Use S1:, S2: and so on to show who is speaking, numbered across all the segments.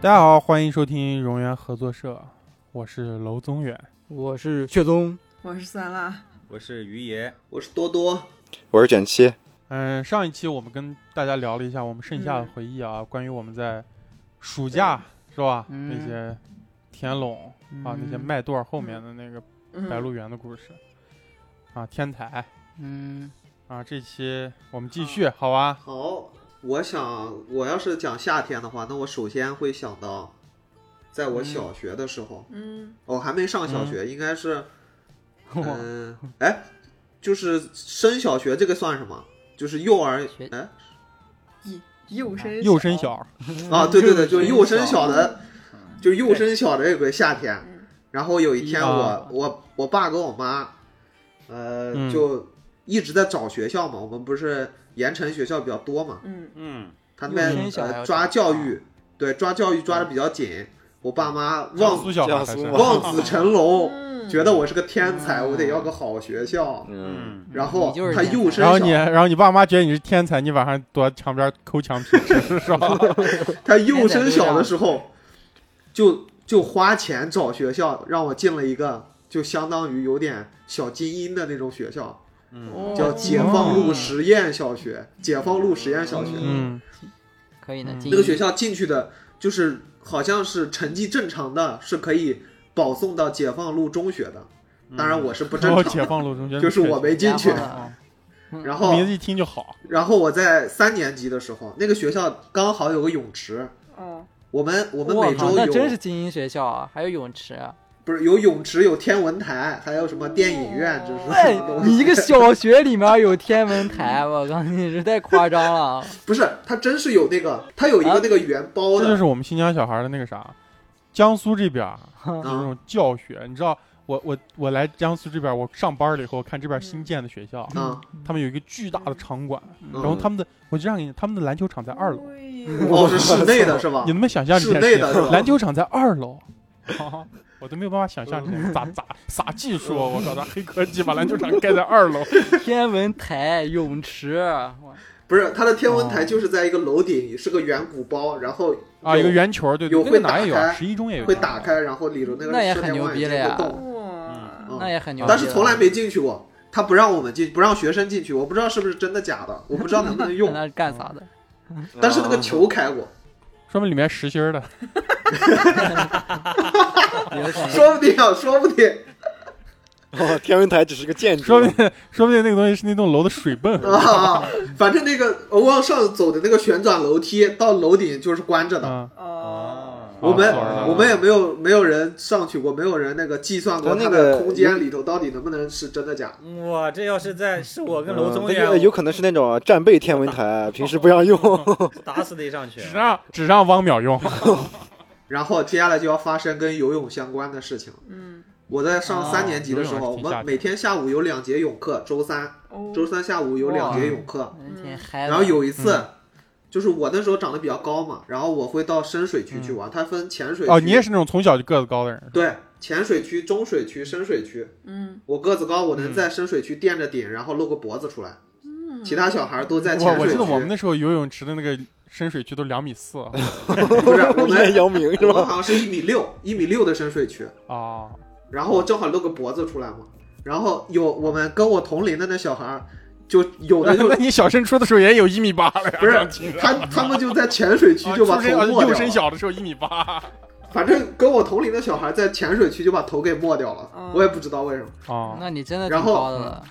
S1: 大家好，欢迎收听荣源合作社，我是娄宗远。
S2: 我是雪宗，
S3: 我是酸辣，
S4: 我是于爷，
S5: 我是多多，
S6: 我是卷七，
S1: 嗯，上一期我们跟大家聊了一下我们盛夏的回忆啊，关于我们在暑假是吧、
S2: 嗯
S1: 那些田垄、啊
S2: 嗯
S1: 那些麦垛后面的那个
S3: 嗯，
S1: 白鹿原的故事、啊天台
S2: 嗯，
S1: 啊，这期我们继续好吧？
S5: 好，我想我要是讲夏天的话，那我首先会想到，在我小学的时候，
S3: 嗯，
S5: 我还没上小学，应 该是，嗯、哎，就是升小学这个算什么？就是幼儿
S2: 学
S5: 哎
S3: 幼
S2: 嗯
S3: 升
S1: 幼升，小，
S4: 嗯
S5: 啊，对对对，就是幼升小
S3: 小
S5: 的，就是幼升小的有个夏天
S3: 嗯。
S5: 然后有一天我、
S1: 啊
S5: 我我爸跟我妈，呃，
S1: 嗯
S5: 就一直在找学校嘛，我们不是盐城学校比较多嘛，
S3: 嗯
S4: 嗯，
S5: 他那
S2: 幼
S5: 边
S2: 升小还
S5: 呃
S2: 要
S5: 抓
S2: 找
S5: 教育，对抓教育抓的比较紧。我爸妈
S1: 江
S5: 望
S1: 苏小孩
S6: 江
S1: 才
S6: 苏
S1: 是
S6: 嘛
S5: 望子成龙，
S3: 嗯，
S5: 觉得我是个天才，
S2: 嗯
S5: 我得要个好学校。
S6: 嗯，
S5: 然后
S2: 你就是
S5: 他
S2: 天才
S5: 幼升
S1: 然后你，
S5: 小，
S1: 然后你爸妈觉得你是天才，你晚上躲墙边抠墙皮吃是吧？
S5: 他幼升小的时候，就就花钱找学校，让我进了一个就相当于有点小精英的那种学校，
S3: 哦
S5: 叫解放路
S2: 哦
S5: 实验小学。解放路实验小学，
S1: 嗯，
S2: 可以的
S1: 嗯，
S2: 进
S5: 那个学校进去的，就是好像是成绩正常的，是可以保送到解放路中学的。
S4: 嗯
S5: 当然我是不正
S1: 然后哦
S5: 常
S1: 解
S5: 的，
S1: 放路中间
S5: 就是我没进去
S2: 嗯然。后呢啊
S5: 然后
S1: 名字一听就好，
S5: 然后我在三年级的时候，那个学校刚好有个泳池，
S3: 哦，
S5: 我们我们
S2: 哇
S5: 每
S2: 靠
S5: 周
S2: 那
S5: 有
S2: 真是精英学校啊，还有泳池 啊。
S5: 不是有泳池，有天文台，还有什么电影院，这是
S2: 哎
S5: 什么东，西？
S2: 你一个小学里面有天文台，我靠，你这太夸张 了。
S5: 不是，它真是有那个，它有一个
S2: 啊
S5: 那个圆包
S1: 这就
S5: 的
S1: 是我们新疆小孩的那个啥，江苏这边儿有那
S5: 啊
S1: 种教学，你知道，我我我来江苏这边儿，我上班了以后，看这边儿新建的学校，
S5: 啊，
S1: 他们有一个巨大的场馆，
S5: 嗯
S1: 然后他们的，我就让你，他们的篮球场在二楼，
S3: 楼
S5: 哦，是室内的是吧
S1: 你？能不能想象这件
S5: 室内
S1: 事
S5: 的是吧
S1: 情？篮球场在二 楼。啊我都没有办法想象这件
S5: 嗯
S1: 事咋咋啥技术啊！我靠，咱黑科技把篮球场盖在二 楼，
S2: 天文台、泳池，哇
S5: 不是，它的天文台就是在一个楼顶，是个圆鼓包，然后
S1: 啊，
S5: 有
S1: 一个圆球，对对，
S5: 有
S1: 那
S5: 会
S1: 个哪也有啊，
S5: 打开
S1: 十一中也有，
S5: 会打开，然后里头那
S2: 哎
S5: 个
S2: 那也
S5: 射
S2: 很
S5: 电
S2: 牛
S5: 望
S2: 逼
S5: 远
S2: 了
S5: 镜会
S2: 呀啊
S5: 动。
S3: 哇，
S5: 嗯
S2: 那也很牛逼了。
S5: 但是从来没进去过，他不让我们进，不让学生进去，我不知道是不是真的假的，我不知道能不能用。
S2: 那是啊干啥的？
S5: 嗯但是那个
S6: 哦
S5: 球开过，
S1: 说明里面实心儿的。
S2: 有可能。
S5: 说不定啊，说 不定
S6: 哦，天文台只是个建筑，
S1: 说不定，说不定那个东西是那栋楼的水泵。
S5: 啊，反正那个我往上走的那个旋转楼梯到楼顶就是关着的。
S2: 啊
S1: 嗯，
S3: 哦，
S5: 我们
S1: 锁着的
S5: 我们也没有没有人上去过，没有人那个计算过
S6: 但
S5: 它
S6: 那个
S5: 的空间里头到底能不能是真的假的。
S4: 哇，这要是在是我跟娄宗
S6: 嗯
S4: 远，
S6: 有有可能是那种战备天文 台，平时不让用。
S4: 打死得上去。
S1: 只让只让汪淼用。
S5: 然后接下来就要发生跟游泳相关的事情。
S3: 嗯，
S5: 我在上
S2: 啊
S5: 三年级的时
S1: 哦游泳
S5: 候，
S1: 还挺下
S5: 我们
S1: 去
S5: 每天下午有两节泳课，周三
S3: 哦
S5: 周三下午有两节泳课。
S2: 人挺嗨的。
S5: 嗯然后有一次，
S1: 嗯
S5: 就是我那时候长得比较高嘛，然后我会到深水区去玩，它分浅水
S1: 嗯
S5: 区。
S1: 哦，你也是那种从小就个子高的人。
S5: 对浅水区、中水区、深水区。
S3: 嗯，
S5: 我个子高，我能在深水区垫着顶，然后露个脖子出来。
S3: 嗯
S5: 其他小孩都在
S1: 我
S5: 浅
S1: 我
S5: 水
S1: 记
S5: 区。
S1: 得我们那时候游泳池的那个深水区都两米 四啊
S5: 不是我
S6: 练
S5: 们，
S6: 姚明是
S5: 我们
S6: 吧？
S5: 好像是一米六，一米六的深水区。
S1: 啊。
S5: 然后我正好露个脖子出来嘛。然后有我们跟我同龄的那小孩儿，就有的 就
S1: 那你小升初的时候也有一米八了呀？
S5: 不是他他们就在浅水区 就把
S1: 啊出
S5: 头
S1: 生啊
S5: 没
S1: 幼
S5: 掉
S1: 升
S5: 了。
S1: 小的时候一米八
S5: 反正跟我同龄的小孩在浅水区就把头给没掉了
S3: 嗯，
S5: 我也不知道为什么
S1: 啊。
S2: 那你真的
S5: 然
S2: 挺
S5: 后
S2: 高的了。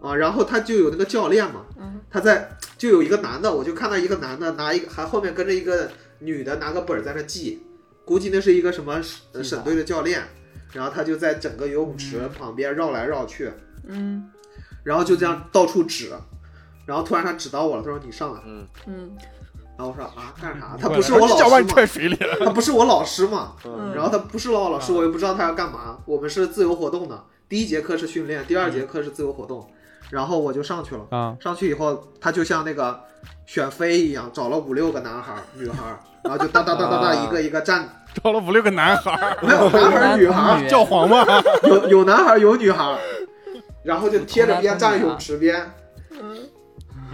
S5: 啊。然后他就有那个教练嘛
S3: 嗯，
S5: 他在就有一个男的，我就看到一个男的拿一个还后面跟着一个女的拿个本儿在那记，估计那是一个什么
S2: 吧
S5: 省省队的教练。然后他就在整个游泳
S1: 嗯
S5: 池旁边绕来绕去，
S3: 嗯
S5: 然后就这样到处指，然后突然他指到我了，他说你上来，
S6: 嗯
S3: 嗯
S5: 然后我说啊干啥？
S1: 你
S5: 他
S1: 过来
S5: 不是我
S1: 一脚把
S5: 老师
S1: 你
S5: 吗？
S1: 踹水里了。
S5: 他不是我老师吗？
S3: 嗯
S5: 然后他不是我老师，我也不知道他要干嘛。我们是自由活动的，第一节课是训练，第二节课是自由活动，然后我就上去了。
S1: 啊，
S5: 上去以后，他就像那个选妃一样，找了五六个男孩儿、女孩儿，然后就哒哒哒哒哒
S6: 啊
S5: 一个一个站，
S1: 招了五六个男孩儿，
S5: 没有男孩儿、女孩儿，
S1: 教皇 嘛。
S5: 有有男孩儿有女孩儿，然后就贴着
S2: 嗯
S5: 边站泳池边，
S3: 嗯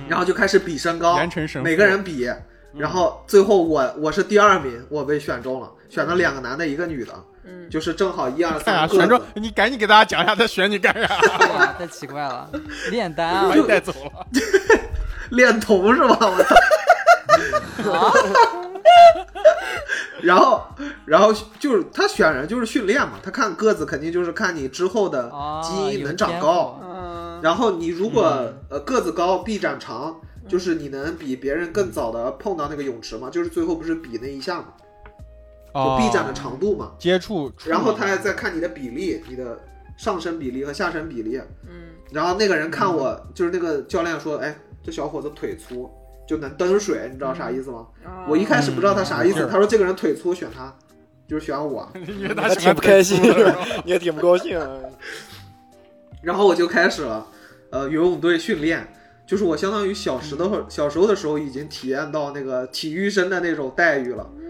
S5: 然后就开始比身高，
S1: 盐城神父嗯
S5: 每个人比，然后最后我我是第二名，我被选中了，选了两个男的，一个女的，
S3: 嗯，
S5: 就是正好一二
S1: 看
S5: 三
S1: 啊，
S5: 个
S1: 选中
S5: 子。
S1: 你赶紧给大家讲一下他选你 干啥，
S2: 对啊，太奇怪了，炼丹啊
S1: 把！你 带走了。
S5: 恋童是吧？我操！ 然后，然后就是他选人就是训练嘛，他看个子肯定就是看你之后的
S2: 啊，
S5: 基因
S2: 有
S5: 能长
S2: 天
S5: 高
S2: 赋
S3: 嗯，
S5: 然后你如果、
S1: 嗯
S5: 呃个子高，臂展长，就是你能比别人更早的碰到那个泳池嘛，就是最后不是比那一下嘛，
S1: 哦
S5: 就臂展的长度嘛。
S1: 啊接触，
S5: 然后他还在看你的比例，你的上身比例和下身比例。
S3: 嗯，
S5: 然后那个人看我，
S1: 嗯
S5: 就是那个教练说，哎，这小伙子腿粗，就能蹬水，你知道啥意思吗？
S3: 啊
S5: 我一开始不知道他啥意思，
S1: 嗯
S5: 他说这个人腿粗，选他，就是选我。
S1: 因为他
S6: 还
S1: 喜欢
S6: 挺不开 心，你还挺不高兴啊。
S5: 然后我就开始了，呃，游泳队训练，就是我相当于小时的会小时候的时候已经体验到那个体育生的那种待遇了。
S3: 嗯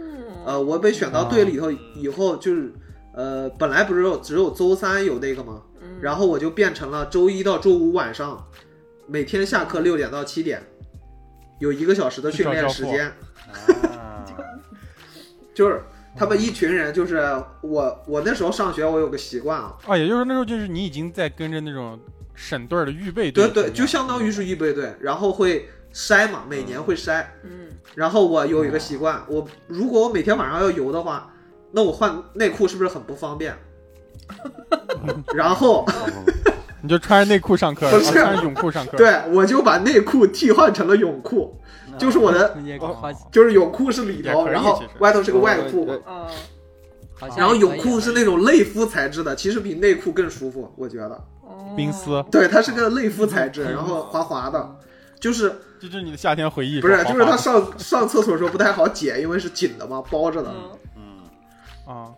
S5: 呃，我被选到队里头以后，就是呃，本来不是有只有周三有那个吗？
S3: 嗯
S5: 然后我就变成了周一到周五晚上，每天下课六点到七点，有一个小时的训练时间。
S4: 啊，
S5: 就是他们一群人，就是我我那时候上学，我有个习惯啊，
S1: 啊，也就是那时候就是你已经在跟着那种省队儿的嗯预备队
S5: 对
S1: 了，
S5: 对，就相当于是预备队，然后会筛嘛，每年会筛。
S3: 嗯
S5: 然后我有一个习惯，我如果我每天晚上要游的话，那我换内裤是不是很不方便？ 然后
S1: 你就穿着内裤上课，
S5: 不
S1: 然
S5: 是
S1: 后穿着泳裤上课，
S5: 对我就把内裤替换成了泳裤，
S2: 啊
S5: 就是我的
S2: 也
S1: 哦，
S2: 好像
S5: 就是泳裤是里头，
S1: 也可以
S5: 然后
S1: 其实嗯
S5: 外头是个外裤嘛，
S3: 啊，
S2: 好像
S5: 然后
S2: 也可
S5: 泳
S2: 以
S5: 裤是那种类肤材质的，其实比内裤更舒服，我觉得。
S3: 哦
S1: 冰丝，
S5: 对，它是个类肤材质，然后滑滑的，就是
S1: 这就是你的夏天回忆，
S5: 不是
S1: 吧
S5: 就是他上上厕所的时候不太好解，因为是紧的嘛，包着的。
S3: 嗯
S4: 嗯，
S1: 啊，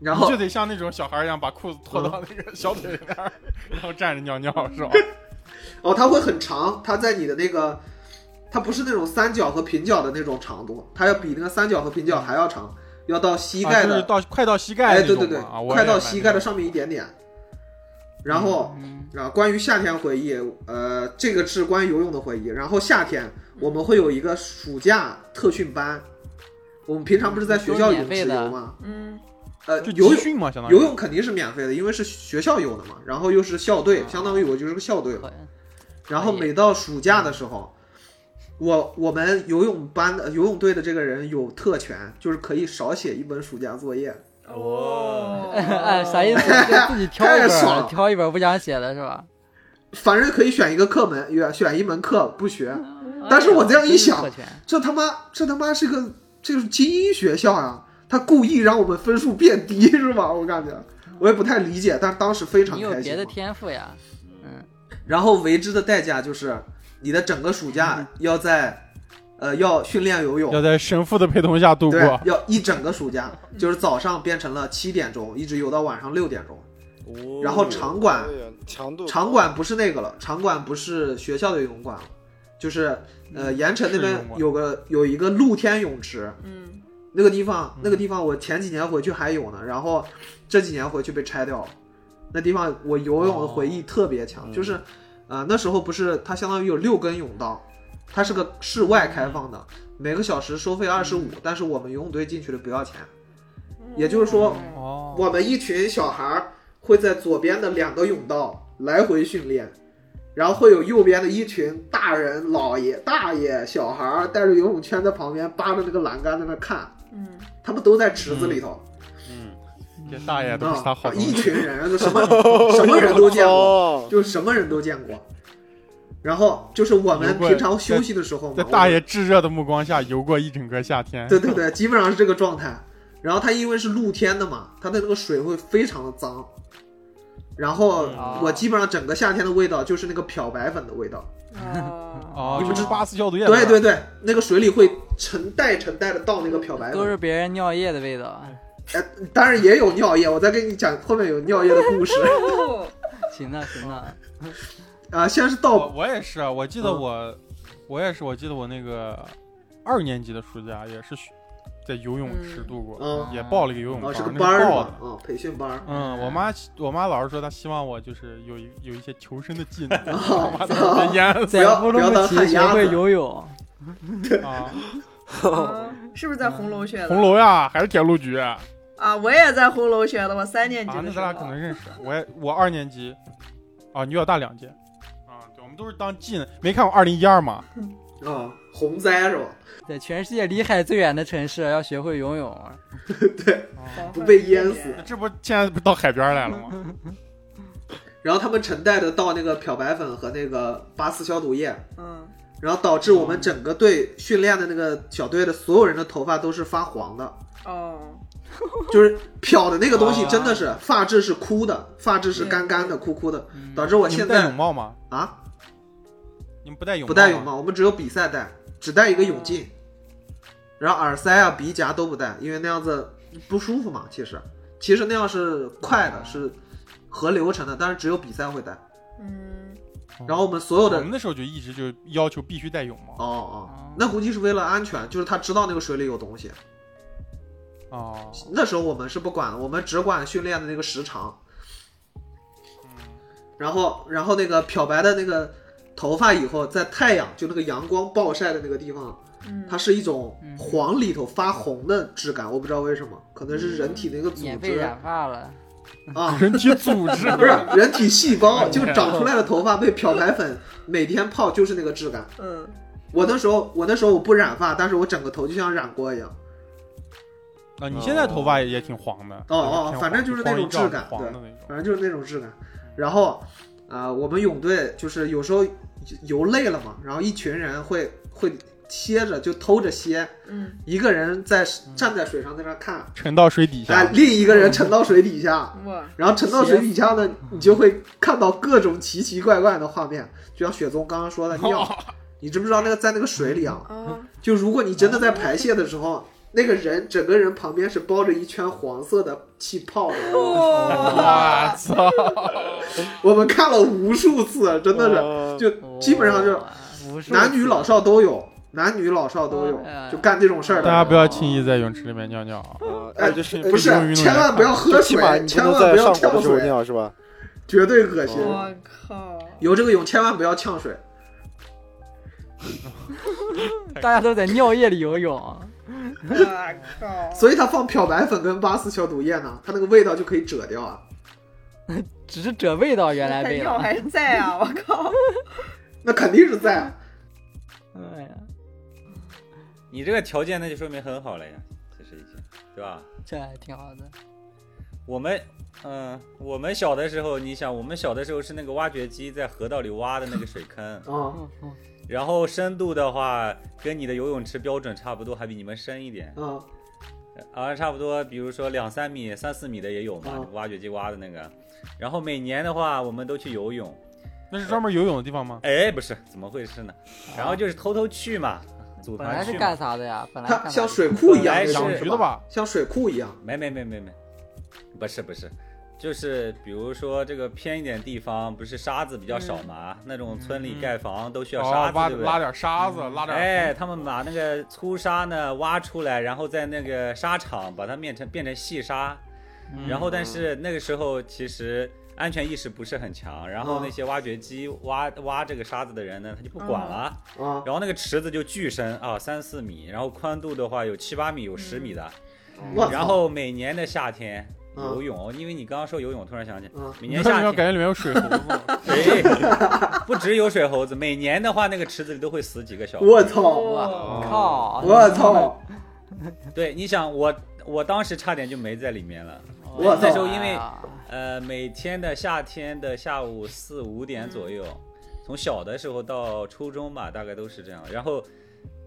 S5: 然后嗯
S1: 你就得像那种小孩一样把裤子脱到那个小腿那儿，然后站着尿尿是吧？
S5: 哦，它会很长，它在你的那个，它不是那种三角和平角的那种长度，它要比那个三角和平角还要长，要到 膝盖
S1: 啊就
S5: 的，
S1: 是到快到膝盖
S5: 哎，
S1: 那
S5: 对
S1: 种
S5: 对对，
S1: 嘛啊，我
S5: 快
S1: 也
S5: 到
S1: 蛮嗯
S5: 膝盖的上面一点点。然后，啊，关于夏天回忆，呃，这个是关于游泳的回忆。然后夏天我们会有一个暑假特训班，我们平常不是在学校
S2: 嗯都是免
S5: 泳
S2: 费
S5: 池
S2: 的
S5: 游吗？
S3: 嗯
S5: 呃，
S1: 就
S5: 游
S1: 集
S5: 泳
S1: 训嘛，相当于
S5: 游泳肯定是免费的，因为是学校游的嘛，然后又是校队，
S2: 啊
S5: 相当于我就是个校队嘛。
S2: 可
S5: 然后每到暑假的时候，我我们游泳班的游泳队的这个人有特权，就是可以少写一本暑假作业。
S4: 哦，
S2: 哎，啥意思？就自己挑一
S5: 太
S2: 本
S5: 爽了
S2: 儿，挑一本儿不想写的是吧？
S5: 反正可以选一个课门，选选一门课不学。
S2: 嗯
S3: 嗯
S5: 但是我这样一想
S2: 真哎是特权
S5: 这他妈这他妈是个这是精英学校呀、他故意让我们分数变低是吧？我感觉我也不太理解，但当时非
S2: 嗯
S5: 常
S2: 你有
S5: 开
S2: 别
S5: 心
S2: 的
S5: 嘛。
S2: 天赋呀，嗯，
S5: 然后为之的代价就是你的整个暑
S2: 嗯
S5: 假要在呃要训练游泳
S1: 要，在神父的陪同下度
S5: 对
S1: 过，，
S5: 要一整个暑假，就是早上变成了七点钟，一直游到晚上六点钟。
S4: 哦
S5: 然后场馆
S6: 哎呀强度
S5: 场馆不是那个了，场馆不是学校的游泳馆了，就是呃盐城那
S1: 是游
S5: 边
S1: 泳馆
S5: 有个有一个露天泳池，
S3: 嗯
S5: 那个地方那个地方我前几年回去还有呢，然后这几年回去被拆掉了。那地方我游泳的回忆特别强，
S1: 哦
S6: 嗯
S5: 就是呃那时候不是它相当于有六根泳道，它是个室外开放
S1: 嗯
S5: 的，每个小时收费二十五，但是我们游泳队进去了不要钱，
S3: 嗯
S5: 也就是说
S1: 哦，
S5: 我们一群小孩儿会在左边的两个泳道来回训练，然后会有右边的一群大人、老爷、大爷、小孩儿带着游泳圈在旁边扒着那个栏杆在那看，
S3: 嗯
S5: 他们都在池子里头、
S4: 嗯，
S1: 这大爷都不是他
S5: 啊
S1: 好，东
S5: 一
S1: 西，
S5: 群人就什么什么人都见 过，
S6: 哦
S5: 就什么人都见过。然后就是我们
S1: 游过
S5: 平常休息的时候嘛，
S1: 在
S5: 我
S1: 大
S5: 们
S1: 爷炙热的目光下游过一整个夏天，
S5: 对对对，基本上是这个状态。然后它因为是露天的嘛，它的那个水会非常的脏。然后
S2: 嗯
S5: 我基本上整个夏天的味道就是那个漂白粉的味道。
S3: 啊，
S1: 哦，
S5: 你不
S1: 就是
S5: 知
S1: 八四消毒液，
S5: 对对，对，那个水里会沉带沉带的倒那个漂白
S2: 都
S5: 粉，
S2: 是别人尿液的味道，
S5: 当然也有尿液。我再跟你讲后面有尿液的故事
S3: 哦
S2: 行了行了，
S5: 啊。先是
S1: 我
S5: 倒
S1: 我也是，啊我记得
S5: 嗯
S1: 我，我也是，我记得我那个二年级的暑假也是学在游泳池度过，
S5: 嗯
S1: 也报了一个游泳
S5: 啊
S1: 班，
S5: 是个
S1: 那
S5: 班儿
S1: 是
S5: 是
S1: 报
S5: 吧
S1: 的？。
S5: 啊，培训班儿。
S1: 嗯，我妈我妈老是说她希望我就是有一有一些求生的技能，
S5: 啊
S1: 我妈在那边淹死
S5: 不要
S2: 在乌鲁
S5: 不要
S2: 木
S5: 当旱
S2: 齐学
S5: 鸭子
S2: 会游泳，
S1: 啊，
S3: 啊是不是在红楼学的？
S1: 红楼呀，还是铁路局啊？
S3: 啊，我也在红楼学的，我三年级
S1: 那
S3: 的时
S1: 咱
S3: 候。
S1: 俩可能认识。我也我二年级，啊，你比我大两届，啊，对，我们都是当技能。没看过二零一二吗？
S5: 啊，洪灾是吧？
S2: 在全世界离海最远的城市，要学会游泳。
S1: 啊，
S3: 防
S5: 不
S3: 患
S5: 被
S3: 于
S5: 淹
S3: 未
S5: 死
S3: 然
S1: 那这不现在不到海边来了吗？
S5: 然后他们陈带着倒那个漂白粉和那个八四消毒液，
S3: 嗯，
S5: 然后导致我们整个队训练的那个小队的所有人的头发都是发黄的，
S3: 哦，
S5: 就是漂的那个东西真的是发质是枯的，发质是干干的、枯枯的，
S2: 嗯
S5: 导 致我
S1: 你
S5: 现
S1: 们戴泳
S5: 在
S1: 帽吗？
S5: 啊
S1: 你们不戴泳帽？
S5: 不戴泳。帽，我们只有比赛戴，只戴一个泳镜，
S1: 哦
S5: 然后耳塞啊、鼻夹都不戴，因为那样子不舒服嘛。其实，其实那样是快
S1: 哦
S5: 的，是合流程的，但是只有比赛会戴。
S3: 嗯，
S5: 然后我们所有
S1: 我
S5: 的
S1: 哦们那时候就一直就要求必须戴泳帽。
S5: 哦
S1: 哦
S5: 哦，那估计是为了安全，就是他知道那个水里有东西。
S1: 哦，
S5: 那时候我们是不管的，我们只管训练的那个时长。然后，然后那个漂白的那个头发以后，在太阳就那个阳光暴晒的那个地方，
S3: 嗯
S5: 它是一种
S2: 嗯
S5: 黄里头发红的质感，我不知道为什么，可能是人体那个组
S2: 免费
S5: 织
S2: 染发了，
S5: 啊，
S1: 人体组织
S5: 不是人体细胞，就长出来的头发被漂白粉每天泡就是那个质感。
S3: 嗯，
S5: 我那时候，我那时候我不染发，但是我整个头就像染过一样。
S1: 啊！你现在头发也也挺黄的。
S5: 哦哦
S1: 挺黄
S5: 反正就是那种质感
S1: 黄的那种。
S5: 反正就是那种质感。然后，啊，我们泳队就是有时候游累了嘛，然后一群人会会歇着，就偷着歇，
S3: 嗯，
S5: 一个人在站在水上在那看，
S1: 沉到水底
S5: 哎
S1: 下，，
S5: 另一个人沉到水底下，
S3: 我
S5: 然后沉到水底下呢，你就会看到各种奇奇怪怪的画面，就像雪宗刚刚说的尿，你知不知道那个在那个水里啊？
S3: 啊，
S5: 就如果你真的在排泄的时候。那个人整个人旁边是包着一圈黄色的气泡的，
S3: 哦
S1: 我操！
S5: 我们看了无数次，真的是
S6: 是
S5: 就基本上
S2: 哦
S5: 就是
S2: 是
S5: 男女老少都有，男女老少都有
S2: 哎，
S5: 就干这种事儿
S1: 大
S5: 的。
S1: 家
S5: 呃
S1: 不要轻易在泳池里面尿尿啊！
S6: 哎，就是
S5: 不
S1: 运动
S5: 是，
S1: 员
S5: 千万不要喝
S6: 就起
S5: 水
S6: 码，你不
S5: 千
S6: 能
S5: 万
S6: 在
S5: 不要
S6: 上火
S5: 呛
S6: 的时候
S5: 水，
S6: 尿是吧？
S5: 绝对恶心。
S2: 哦
S3: 我靠，
S5: 游这个泳千万不要呛水，
S2: 大家都在尿液里游泳，
S3: 我靠，
S5: 所以他放漂白粉跟八四消毒液呢，啊它那个味道就可以遮掉啊。
S2: 只是这味道原来
S3: 他
S2: 没
S3: 药
S2: 有。
S3: 还 在啊，我靠，
S5: 那肯定是在啊，
S2: 哎呀，
S4: 你这个条件那就说明很好了呀，其实已经，对吧？
S2: 这还挺好的。
S4: 我们，嗯、我们小的时候，你想，我们小的时候是那个挖掘机在河道里挖的那个水坑，
S5: 啊
S2: 嗯嗯
S4: 然后深度的话跟你的游泳池标准差不多，还比你们深一点，
S5: 啊
S4: 啊，差不多，比如说两三米、三四米的也有嘛，
S5: 嗯
S4: 挖掘机挖的那个。然后每年的话，我们都去游泳，
S1: 那是专门游泳的地方吗？
S4: 哎，不是，怎么回事呢？然后就是偷偷去嘛，组
S2: 啊本来
S4: 团
S2: 是
S4: 去
S2: 干
S4: 嘛。
S2: 啥的呀？本来是干
S5: 它
S2: 啥的
S5: 像水库一
S4: 本
S5: 样
S4: 来
S5: 那
S4: 哎是
S5: 种
S1: 养
S5: 是
S1: 鱼的
S5: 吧？
S1: 吧？
S5: 像水库一样，
S4: 没没没没没，不是不是，就是比如说这个偏一点地方，不是沙子比较少嘛，
S2: 嗯
S4: 那种村里盖房都需要沙
S1: 哦
S4: 子，
S1: 挖
S4: 对不
S1: 拉
S4: 对？
S1: 点沙子，拉点
S4: 哎，他们把那个粗沙呢挖出来，然后在那个沙场把它变成变成细沙，
S2: 嗯
S4: 然后但是那个时候其实安全意识不是很强，然后
S5: 嗯
S4: 那些挖掘机挖挖这个沙子的人呢，他就不管了，
S5: 啊
S4: 然后那个池子就巨深啊，三四米，然后宽度的话有七八米，有十米的，
S1: 嗯
S5: 我操
S4: 然后每年的夏天
S5: 嗯
S4: 游泳，因为你刚刚说游泳，突然想起
S5: 嗯，
S4: 每
S1: 你
S4: 年
S1: 看里
S4: 夏
S1: 面
S4: 天，
S1: 感觉里面有水猴子，
S4: 哎，不止有水猴子，每年的话，那个池子里都会死几个小孩。
S5: 我操，
S2: 哇
S3: 哇，
S2: 靠！
S5: 我操，
S4: 对，你想我，我当时差点就没在里面了。
S2: 哦
S5: 我操
S4: 那时候因为呃，每天的夏天的下午四五点左右，
S2: 嗯
S4: 从小的时候到初中吧，大概都是这样，然后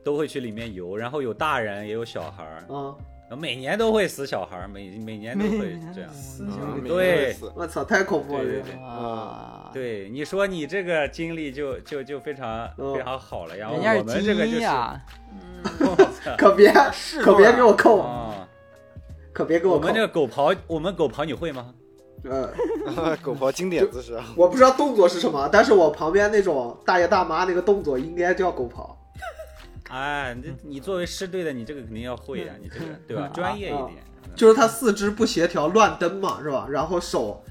S4: 都会去里面游，然后有大人也有小孩儿，
S5: 啊，
S4: 每年都会死小孩儿，每每年都会 这样。
S2: 嗯
S3: 思
S6: 啊
S3: 想
S5: 嗯
S6: 没
S4: 对
S6: 意思
S5: 我操，太恐怖了，
S4: 对
S5: 这
S4: 对
S5: 个
S4: 对
S2: 啊，
S4: 对，你说你这个经历就就就非常、
S5: 嗯
S4: 非常好了，然后
S2: 人家
S4: 我
S2: 是
S4: 们这个
S2: 精
S4: 就
S2: 英
S4: 是啊、
S2: 呀，
S3: 嗯
S5: 可别可别给我扣，
S4: 嗯，
S5: 可别给
S4: 我
S5: 我
S4: 们
S5: 扣
S4: 这，个狗刨，我们狗刨你会吗？
S5: 呃。
S6: 狗刨经典姿势啊，
S5: 我不知道动作是什么，但是我旁边那种大爷大妈那个动作应该叫狗刨。
S4: 哎，
S5: 嗯
S4: 你你作为师队的，你这个肯定要会呀、你这个对吧？专业一
S5: 嗯
S4: 点。
S5: 就是他四肢不协调，乱蹬嘛，是吧？然后手，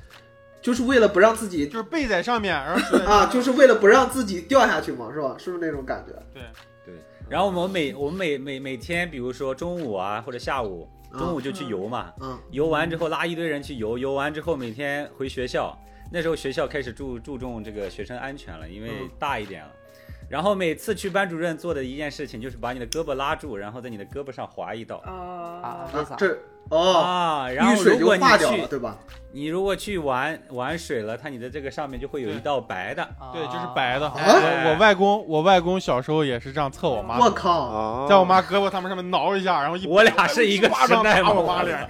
S5: 就是为了不让自己
S1: 就是背在上面，然后
S5: 啊，就是为了不让自己掉下去嘛，是吧？是不是那种感觉？
S1: 对，
S4: 对，然后我们每我们每每每天，比如说中午啊或者下午，中午就去游嘛，
S5: 嗯，
S4: 游完之后拉一堆人去游，游完之后每天回学校。那时候学校开始注注重这个学生安全了，因为
S5: 嗯
S4: 大一点了。然后每次去班主任做的一件事情就是把你的胳膊拉住，然后在你的胳膊上划一道
S3: 哦
S2: 啊，
S5: 啊
S2: 为啥？
S5: 这哦，
S4: 啊。然
S5: 遇
S4: 后
S5: 水
S4: 如
S5: 就
S4: 果你
S5: 化掉了，
S4: 去，
S5: 对吧？
S4: 你如果去玩玩水了，它你的这个上面就会有一
S1: 对
S4: 道白的。
S1: 对，就是
S2: 哦
S1: 白的。
S4: 啊哎
S1: 我我外公，我外公小时候也是这样测我妈
S5: 我
S1: 的，
S5: 靠，
S6: 啊，
S1: 在我妈胳膊他们上面挠一下，然后一
S4: 我俩是一个
S1: 巴掌
S4: 时代
S1: 打
S4: 吗
S1: 我妈脸 上。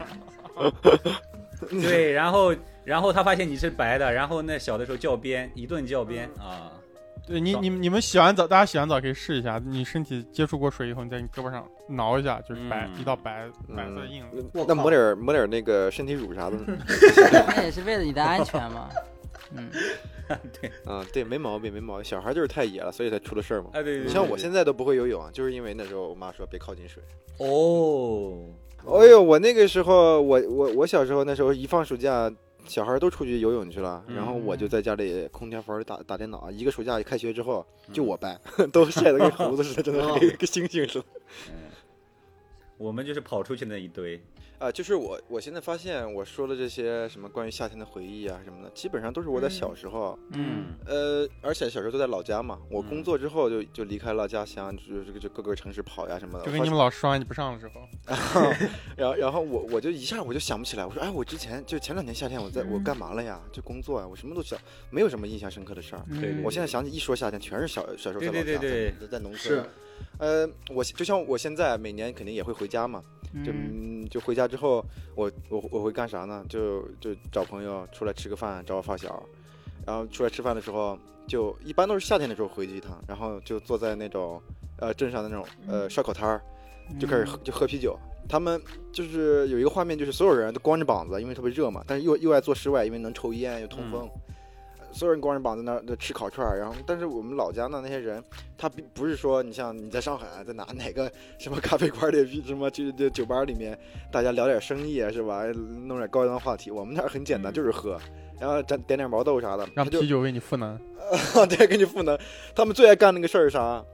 S4: 对，然后然后他发现你是白的，然后那小的时候教鞭，一顿教鞭啊。
S1: 对你
S4: 爽
S1: 你你们洗完澡，大家洗完澡可以试一下，你身体接触过水以后，你在你胳膊上挠一下，就是白、
S4: 嗯
S1: 一道白
S6: 嗯
S1: 白色印子。
S5: 我
S6: 那
S5: 靠
S6: 抹点儿抹点儿那个身体乳啥的呢
S2: 那也是为了你的安全嘛。嗯，
S6: 啊，对，没毛病，没毛病。小孩就是太野了，所以才出了事儿嘛。
S4: 啊，对对
S6: 你
S4: 对，
S6: 像我
S4: 对
S6: 现在都不会游泳，就是因为那时候我妈说别靠近水。
S4: 哦，
S6: 哎呦，我那个时候，我我我小时候那时候一放暑假，小孩都出去游泳去了，
S4: 嗯
S6: 然后我就在家里空调房里打打电脑。一个暑假一开学之后，
S4: 嗯
S6: 就我班 都晒得跟猴子似的，真
S4: 哦
S6: 的是跟猩猩似的。
S4: 嗯，我们就是跑出去那一堆，
S6: 啊，就是我我现在发现我说的这些什么关于夏天的回忆啊什么的，基本上都是我在小时候，
S2: 嗯，
S6: 呃，而且小时候都在老家嘛。我
S4: 嗯
S6: 工作之后就就离开了家乡，就就就各个城市跑呀什么的。
S1: 就
S6: 我
S1: 跟
S6: 发
S1: 你们老师说完你不上的时候，
S6: 然后，然后我我就一下我就想不起来，我说哎，我之前就前两年夏天我在我干嘛了呀？就工作呀，我什么都想，没有什么印象深刻的事儿。
S2: 嗯
S4: 对对
S6: 我现在想起一说夏天，全是小小时候在老
S4: 对
S6: 家，
S4: 对对
S6: 在在农
S5: 是
S6: 村。呃，我就像我现在每年肯定也会回家嘛，就、
S2: 嗯
S6: 嗯就回家之后，我我我会干啥呢？就就找朋友出来吃个饭，找我发小，然后出来吃饭的时候，就一般都是夏天的时候回去一趟，然后就坐在那种呃镇上的那种呃
S3: 嗯
S6: 烧烤摊儿，就开始
S2: 嗯
S6: 喝就喝啤酒。他们就是有一个画面，就是所有人都光着膀子，因为特别热嘛，但是又又爱坐室外，因为能抽烟又通风。呃所有人光着膀子那儿那吃烤串儿，然后但是我们老家呢那些人，他并不是说你像你在上海，啊在哪哪个什么咖啡馆里，什么这这酒吧里面，大家聊点生意啊是吧？弄点高端话题。我们那儿很简单，
S3: 嗯
S6: 就是喝，然后沾点点毛豆啥的，
S1: 让
S6: 他就
S1: 啤酒为你赋能。
S6: 啊对，给你赋能。他们最爱干那个事儿是啥？啊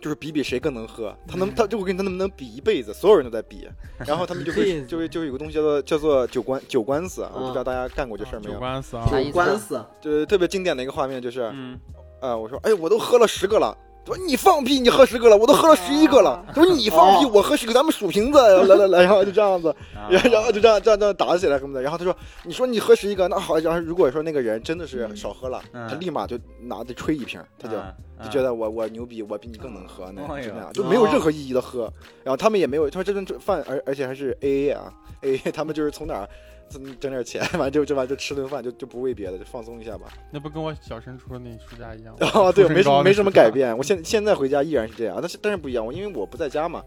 S6: 就是比比谁更能喝，他能，他就会跟他能不能比一辈子，所有人都在比，然后他们就
S2: 一辈
S6: 会
S2: 子
S6: 就会就会有个东西叫做叫做酒官酒官司，啊我不
S5: 嗯
S6: 知道大家干过这事儿没
S1: 酒
S6: 有？
S1: 官司啊，
S2: 啥意
S5: 有
S2: 思
S5: 官司，
S6: 就是特别经典的一个画面就是，啊、
S4: 嗯，
S6: 我说，哎，我都喝了十个了。他说你放屁！你喝十个了，我都喝了十一个了。他说你放屁，
S5: 哦
S6: 我喝十个，咱们数瓶子。来来来，然后就这样子，
S4: 啊
S6: 然后然后就这样这样这样打起来什么的。然后他说：“你说你喝十一个，那好。”然后如果说那个人真的是少喝了，
S4: 嗯
S6: 他立马就拿着吹一瓶， 他就
S4: 啊
S1: 嗯
S6: 就觉得我我牛逼，我比你更能喝那
S4: 哎呦
S6: 就那样，就没有任何意义的喝。
S1: 哦
S6: 然后他们也没有，他说这顿饭，而而且还是 A A 啊，A A，他们就是从哪儿整整点钱， 完就就完就吃顿饭，就就不为别的，就放松一下吧。
S1: 那不跟我小升初那暑假哦一样吗？
S6: 然 后哦对，
S1: 出身
S6: 没什么
S1: 高
S6: 没什
S1: 那
S6: 么
S1: 是吧
S6: 改变。 我现现在回家依然是这样，但是但是不一样，我因为我不在家嘛。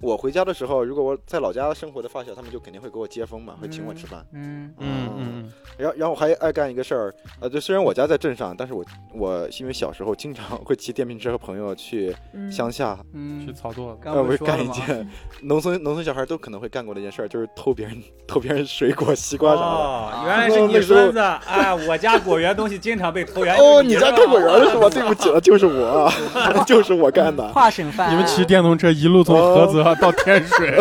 S6: 我回家的时候，如果我在老家生活的发小，他们就肯定会给我接风嘛，会请我吃饭。
S2: 嗯
S1: 嗯嗯
S6: 然后，然后我还爱干一个事儿，呃，就虽然我家在镇上，但是我我因为小时候经常会骑电瓶车和朋友去乡下，
S1: 嗯，
S2: 嗯
S1: 去，操作的。
S2: 刚
S6: 呃，
S2: 不
S6: 不
S2: 是
S6: 是
S2: 说
S6: 干
S2: 了
S6: 一
S2: 吗？
S6: 件农村农村小孩都可能会干过的一件事儿，就是偷别人偷别人水果、西瓜啥的。
S4: 哦，原来是你孙子哎，我家果园东西经常被偷，原来是
S6: 哦，你
S4: 是
S6: 家
S4: 吧
S6: 干果园的是吧？对不起了，就是我， 就是我干的。
S2: 跨省犯案，
S1: 你们骑电动车一路从
S6: 哦
S1: 菏泽到天 水，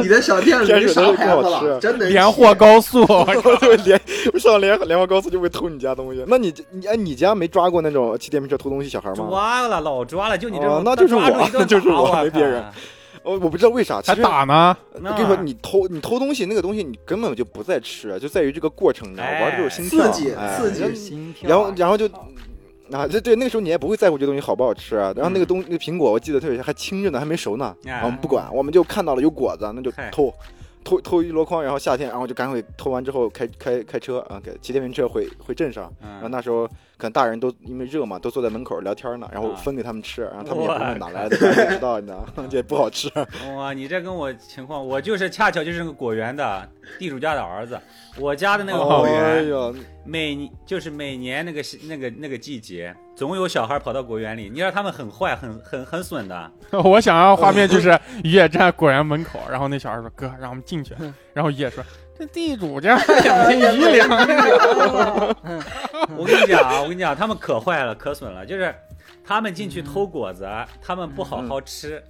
S5: 你的小店里没啥牌子
S6: 真是
S5: 了，真的
S1: 连霍高 速，我靠
S6: 对，连上莲莲花高速就会偷你家东西。那你你哎，你家没抓过那种骑电瓶车偷东西小孩吗？
S4: 抓了，老抓了，就你这种
S6: 哦，那就是我
S4: 抓住一顿打
S6: 就是我
S4: 我
S6: 没别人
S4: 靠。
S6: 我哦我不知道为啥，其
S1: 还
S6: 实
S1: 打呢？
S6: 我跟你说，你偷你偷东西那个东西，你根本就不在吃，啊就在于这个过程，你知道吗，
S4: 哎
S6: 玩的就是心跳，
S5: 刺激
S6: 哎
S5: 刺激
S2: 就是心跳啊，
S6: 然后然后就
S3: 靠
S6: 啊，对对，那个时候你也不会在乎这东西好不好吃，啊然后那个东那个苹果，我记得特别还青着呢，还没熟呢，
S4: 嗯哎
S6: 然后我们不管，我们就看到了有果子，那就
S4: 嗨
S6: 偷。偷偷一箩筐，然后夏天，然后就赶快偷完之后开开开车啊，给骑电瓶车回回镇上。 然后
S4: 嗯，
S6: 那时候可能大人都因为热嘛，都坐在门口聊天呢，然后
S4: 啊
S6: 分给他们吃，然后他们也
S4: 哇
S6: 不知道哪来的，也不知道你知道， 这也不好吃。
S4: 哇，你这跟我情况，我就是恰巧就是那个果园的地主家的儿子，我家 的那个果
S6: 哎
S4: 园，
S6: 呦，
S4: 每年就是每年那个时那个那个季节，总有小孩跑到果园里，你让他们很坏，很很很损的，
S1: 我想要画面 就是于野站果园门口，然后那小孩说：“哥，让我们进去。” 然后于野说：“这地主家也没余粮。
S4: 啊我跟你讲啊，我跟你讲，他们可坏了，可损了，就是他们进去偷果子，他们不好好吃。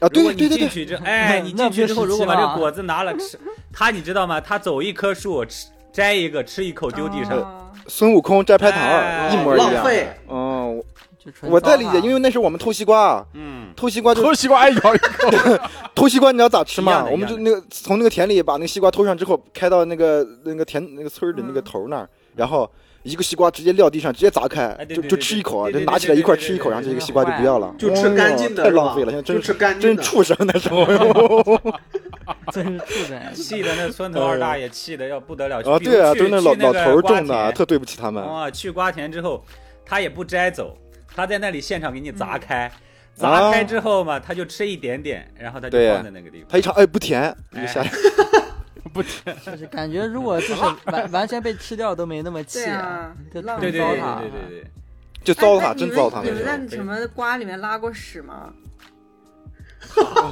S6: 啊，
S4: 如果
S6: 对
S4: 你
S6: 对对
S4: 进
S6: 对，嗯
S4: 去之后，哎，
S2: 那
S4: 你进去之后，
S2: 那不是
S4: 如果把
S2: 十七
S4: 这
S2: 了啊
S4: 果子拿了吃，他你知道吗？他走一棵树，吃摘一个，吃一口丢地
S6: 嗯
S4: 上。
S3: 啊
S6: 孙悟空摘拍糖
S4: 哎
S6: 二一模一
S5: 浪
S6: 样。
S5: 费，
S6: 嗯，我
S2: 就纯
S6: 我在
S2: 糟
S6: 理
S2: 蹋
S6: 解，因为那时候我们偷西瓜，啊
S4: 嗯，
S6: 偷西瓜就
S1: 偷西瓜爱咬一口，
S6: 偷西瓜，你知道咋吃
S4: 一样
S6: 吗？
S4: 的
S6: 我们就那个从那个田里把那个西瓜偷上之后，开到那个那个田那个村儿的那个头那儿，然后一个西瓜直接撂地上，直接砸开
S4: 哎，对
S6: 就
S4: 对
S6: 就
S4: 对
S6: 吃
S4: 对
S6: 一口啊，
S4: 对
S6: 就
S4: 对
S6: 拿
S4: 对
S6: 起来
S4: 对
S6: 一块
S4: 对
S6: 吃
S4: 对
S6: 一口，
S4: 对
S6: 然后这
S4: 对
S6: 个西瓜就不要了，嗯
S5: 就吃干净的
S6: 太
S5: 是吧
S6: 浪费了，现在
S5: 就
S6: 真
S5: 吃干净
S6: 真
S5: 的，
S6: 畜生啊 那时候。
S2: 真是畜生。
S4: 气的那村头二大爷气的要不得了。
S6: 啊，
S4: 比如
S6: 对啊，
S4: 去
S6: 都是那老
S4: 去
S6: 老
S4: 个
S6: 头儿
S4: 瓜
S6: 种的，啊
S4: 田
S6: 特对不起他们。
S4: 啊，去瓜田之后，他也不摘走，他在那里现场给你砸开，
S6: 啊
S4: 砸开之后嘛，他就吃一点点，然后他就
S6: 对
S4: 放在那个地方。
S6: 他一尝，哎，不甜，
S4: 哎
S6: 就下来。
S2: 就是感觉如果就是完完全被吃掉都没那么气，
S3: 对啊
S2: 就
S3: 浪
S4: 对
S2: 很
S4: 对
S2: 糟
S4: 对
S2: 蹋
S4: 对对对对，
S6: 就
S3: 哎那
S6: 糟蹋，
S3: 你
S6: 真
S3: 们
S6: 糟蹋
S3: 你
S6: 那时
S3: 们
S6: 候。
S3: 在什么瓜里面拉过屎吗？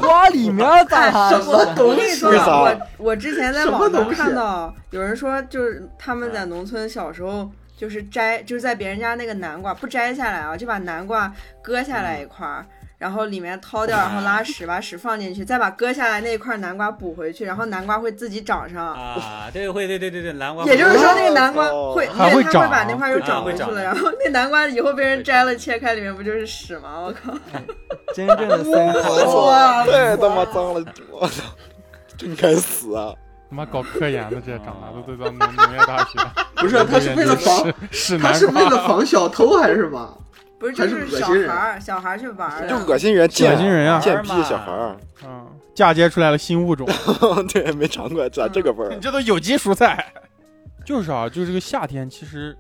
S2: 瓜里面咋
S3: 哎
S2: 还
S3: 什
S2: 是
S3: 么我跟你说，
S6: 为啥
S3: 我我之前在网
S5: 什么
S3: 上
S5: 东西
S3: 看到有人说，就是他们在农村小时候。就是摘，就是在别人家那个南瓜不摘下来啊，就把南瓜割下来一块儿，然后里面掏掉，然后拉屎，把屎放进去，再把割下来那一块南瓜补回去，然后南瓜会自己长上。
S4: 啊，对会对对对对，南瓜
S3: 也就是说，那个南瓜
S6: 哦
S3: 会，
S1: 还
S3: 对，
S1: 会
S3: 它
S1: 长
S3: 会把那块儿又
S4: 啊
S3: 长
S4: 会
S3: 回去
S4: 长
S3: 了。
S4: 的
S3: 然后那南瓜以后被人
S4: 会
S3: 摘
S4: 长
S3: 了，切开里面不就是屎吗？我靠！
S2: 真正的森 猴？
S3: 哇
S4: 啊
S6: 太他妈脏了，我操！真该死啊！
S1: 他妈搞科研的，这长大都都到农农业大学，
S5: 不是，他是为了防，
S1: 是
S5: 他
S1: 南
S5: 是为
S1: 瓜，
S5: 了防小偷还是什么？
S3: 不是，就
S5: 还是
S3: 是
S5: 恶
S3: 小
S5: 心人
S3: 孩儿，小孩儿去玩儿
S6: 啊就
S3: 的。
S6: 恶心人，贱
S1: 恶心人啊
S6: 贱逼小孩儿，
S1: 嗯，嫁接出来了新物种，
S6: 对，没尝过咋这个
S4: 嗯
S6: 味儿
S1: 你？这都有机蔬菜。就是啊，就是这个夏天，其实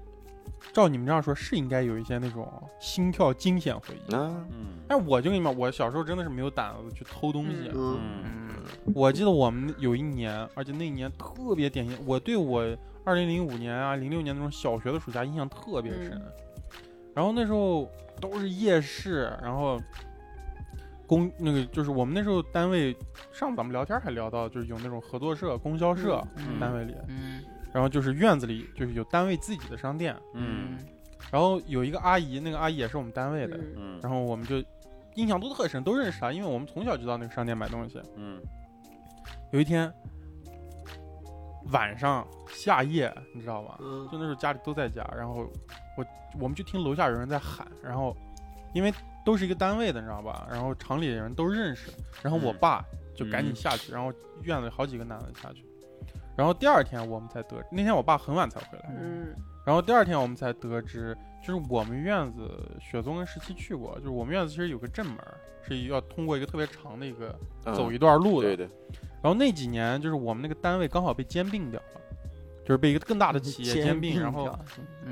S1: 照你们这样说，是应该有一些那种心跳惊险回忆。
S6: 啊，
S4: 嗯
S1: 但是我就跟你们，我小时候真的是没有胆子去偷东西。
S3: 嗯
S5: 嗯，
S4: 嗯
S1: 我记得我们有一年，而且那一年特别典型，我对我二零零五年啊、零六年那种小学的暑假印象特别深。然后那时候都是夜市，然后供那个就是我们那时候单位上次咱们聊天还聊到，就是有那种合作社、供销社、单位里，
S2: 嗯
S1: 然后就是院子里就是有单位自己的商店，
S4: 嗯
S1: 然后有一个阿姨，那个阿姨也是我们单位的，
S3: 嗯
S4: 嗯
S1: 然后我们就印象都特深，都认识她，因为我们从小就到那个商店买东西。
S4: 嗯
S1: 有一天晚上夏夜，你知道吧？
S5: 嗯
S1: 就那时候家里都在家，然后我我们就听楼下有人在喊，然后因为都是一个单位的，你知道吧？然后厂里的人都认识，然后我
S4: 嗯
S1: 爸就赶紧下去，然后院子里好几个男的下去，然后第二天我们才得，那天我爸很晚才回来，
S3: 嗯
S1: 然后第二天我们才得知，就是我们院子雪松跟十七去过，就是我们院子其实有个正门儿，是要通过一个特别长的一个
S6: 嗯
S1: 走一段路的，
S6: 对对，
S1: 然后那几年就是我们那个单位刚好被兼并掉了，就是被一个更大的企业兼并，然后
S2: 啊，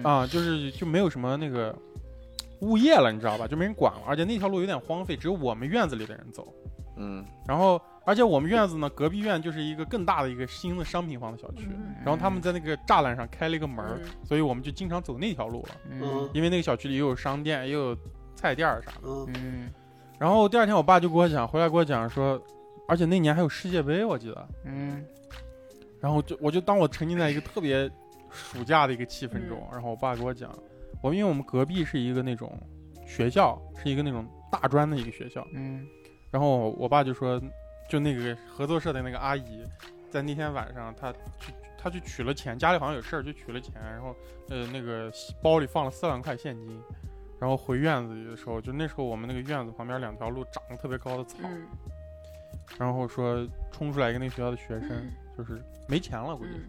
S1: 啊，就是就没有什么那个物业了，你知道吧？就没人管了，而且那条路有点荒废，只有我们院子里的人走。
S6: 嗯，
S1: 然后，而且我们院子呢，隔壁院就是一个更大的一个新的商品房的小区，
S3: 嗯
S1: 然后他们在那个栅栏上开了一个门儿，
S3: 嗯
S1: 所以我们就经常走那条路了，
S2: 嗯
S5: 嗯
S1: 因为那个小区里又有商店，又有菜店儿啥的。
S5: 嗯，
S2: 嗯
S1: 然后第二天我爸就给我讲，回来给我讲说，而且那年还有世界杯，我记得。
S2: 嗯
S1: 然后就我就当我沉浸在一个特别暑假的一个气氛中，然后我爸给我讲，我因为我们隔壁是一个那种学校，是一个那种大专的一个学校，
S2: 嗯
S1: 然后我爸就说，就那个合作社的那个阿姨，在那天晚上她去她去取了钱，家里好像有事儿去取了钱，然后呃那个包里放了四万块现金。然后回院子里的时候，就那时候我们那个院子旁边两条路长得特别高的草，
S3: 嗯
S1: 然后说冲出来一个那个学校的学生，
S3: 嗯
S1: 就是没钱了，估计是，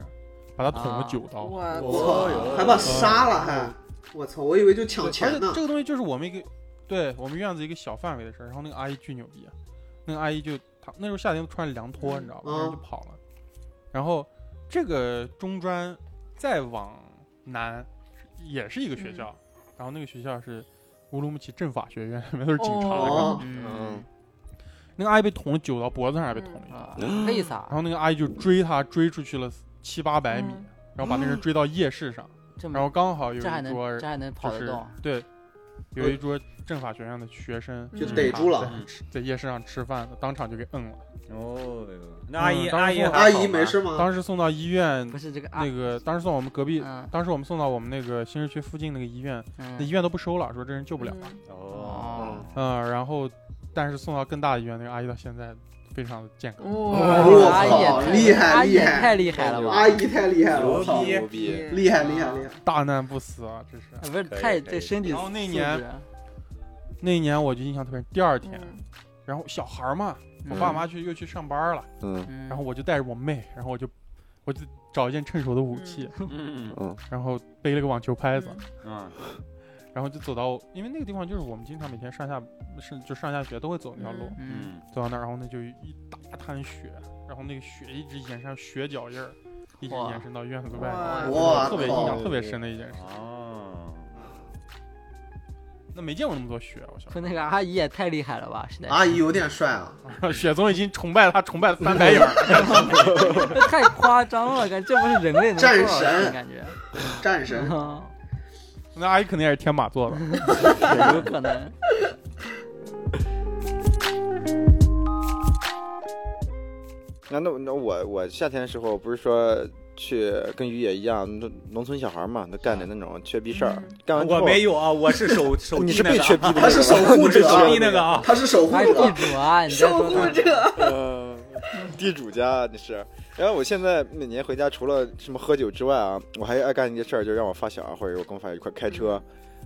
S1: 把他捅了
S2: 啊
S1: 九刀。
S3: 我
S5: 我操，还把
S6: 嗯
S5: 杀了还，我操，我以为就抢钱
S1: 对而
S5: 呢
S1: 且这。个东西就是我们一个，对我们院子一个小范围的事儿。然后那个阿姨巨牛逼，啊那个阿姨就她那时候夏天穿凉拖，你知道吧，
S5: 嗯
S1: 然后就跑了。然后这个中专再往南也是一个学校，然后那个学校是乌鲁木齐政法学院，里 面都是警察。
S5: 哦
S2: 嗯
S1: 那个阿姨被捅了九刀，脖子上还被捅了一刀。
S2: 啊，为啥
S1: 然后那个阿姨就追她，追出去了七八百米，
S3: 嗯
S1: 然后把那人追到夜市上，
S2: 这
S1: 然后
S2: 么
S1: 刚好有
S2: 这还
S1: 一
S2: 能
S1: 桌
S2: 这还能
S1: 就
S2: 跑得
S1: 是
S2: 动？
S1: 对，有一桌政法学院的学生
S2: 嗯
S3: 嗯
S5: 就逮住了。嗯
S1: 在吃在夜市上吃饭，当场就给摁了。
S4: 哦，那阿姨
S1: 嗯当
S4: 阿姨
S1: 时
S4: 还
S1: 我
S4: 好
S5: 阿姨
S4: 吗
S5: 没事吗？
S1: 当时送到医院
S2: 嗯不，是这个啊
S1: 那，个当时送到我们隔壁，
S2: 嗯
S1: 当时我们送到我们那个新市区附近那个医院，那医
S2: 嗯，
S1: 院都不收了，说这人救不了。
S3: 嗯
S4: 哦，
S2: 哦，
S1: 嗯，然后但是送到更大的医院，那个阿姨到现在非常的健康。
S3: 哦，
S5: 我
S2: 阿姨也
S5: 靠
S2: 太
S5: 厉害
S2: 阿姨
S5: 厉
S2: 也
S5: 害
S2: 太厉害了吧！
S5: 阿姨太厉害了，我
S4: 牛
S5: 操，
S4: 逼
S6: 牛逼！
S5: 厉害厉害厉害！
S1: 大难不死啊，这是。
S2: 啊不是
S4: 可以
S2: 太
S4: 可以
S2: 对身体
S1: 然后那
S2: 素
S1: 年
S2: 质
S1: 那一年我就印象特别深，第二天，
S3: 嗯
S1: 然后小孩儿嘛，我
S2: 嗯
S1: 爸妈去又去上班了，
S6: 嗯
S2: 嗯
S1: 然后我就带着我妹，然后我就我就找一件趁手的武器，
S4: 嗯
S6: 嗯
S1: 然后背了个网球拍子，
S4: 嗯
S1: 然后就走到，因为那个地方就是我们经常每天上下是就上下学都会走那条路，
S2: 嗯
S4: 嗯，
S1: 走到那儿，然后那就一大滩雪，然后那个雪一直延伸血脚印儿，一直
S2: 哇
S1: 延伸到院子外
S3: 哇
S1: 面，
S5: 哇
S1: 特别印
S5: 靠
S1: 象特别深的一件事。
S4: 哦，
S1: 那没见过那么多雪，我小时
S2: 说那个阿姨也太厉害了吧，实在
S5: 阿姨有点帅啊，
S1: 候，雪总已经崇拜了他崇拜了三 百眼儿。
S2: 这太夸张了，感觉这不是人类能
S5: 战
S2: 做到的
S5: 神
S2: 感觉，
S5: 战神。
S2: 嗯
S1: 那阿姨肯定也是天马座 的。
S2: 有可能。
S6: 那那那我我夏天的时候不是说去跟于野一样，农农村小孩嘛，都干点那种缺逼事儿。干完
S4: 嗯
S6: 之
S4: 我
S6: 后，呃
S4: 没有啊，我是 手手
S6: 你
S4: 机
S6: 是
S4: 那
S6: 被
S4: 个
S6: 缺
S4: 啊，
S6: 逼的那个，
S5: 他是守护者
S4: 手
S5: 逼
S4: 机那个啊，
S5: 他是守护
S2: 还是地
S5: 者，
S2: 主啊，你在
S3: 守
S2: 说
S3: 护者，
S6: 呃， 地主家你是。然后我现在每年回家，除了什么喝酒之外啊，我还爱干一件事儿，就是让我发小啊或者我跟我发小一块开车，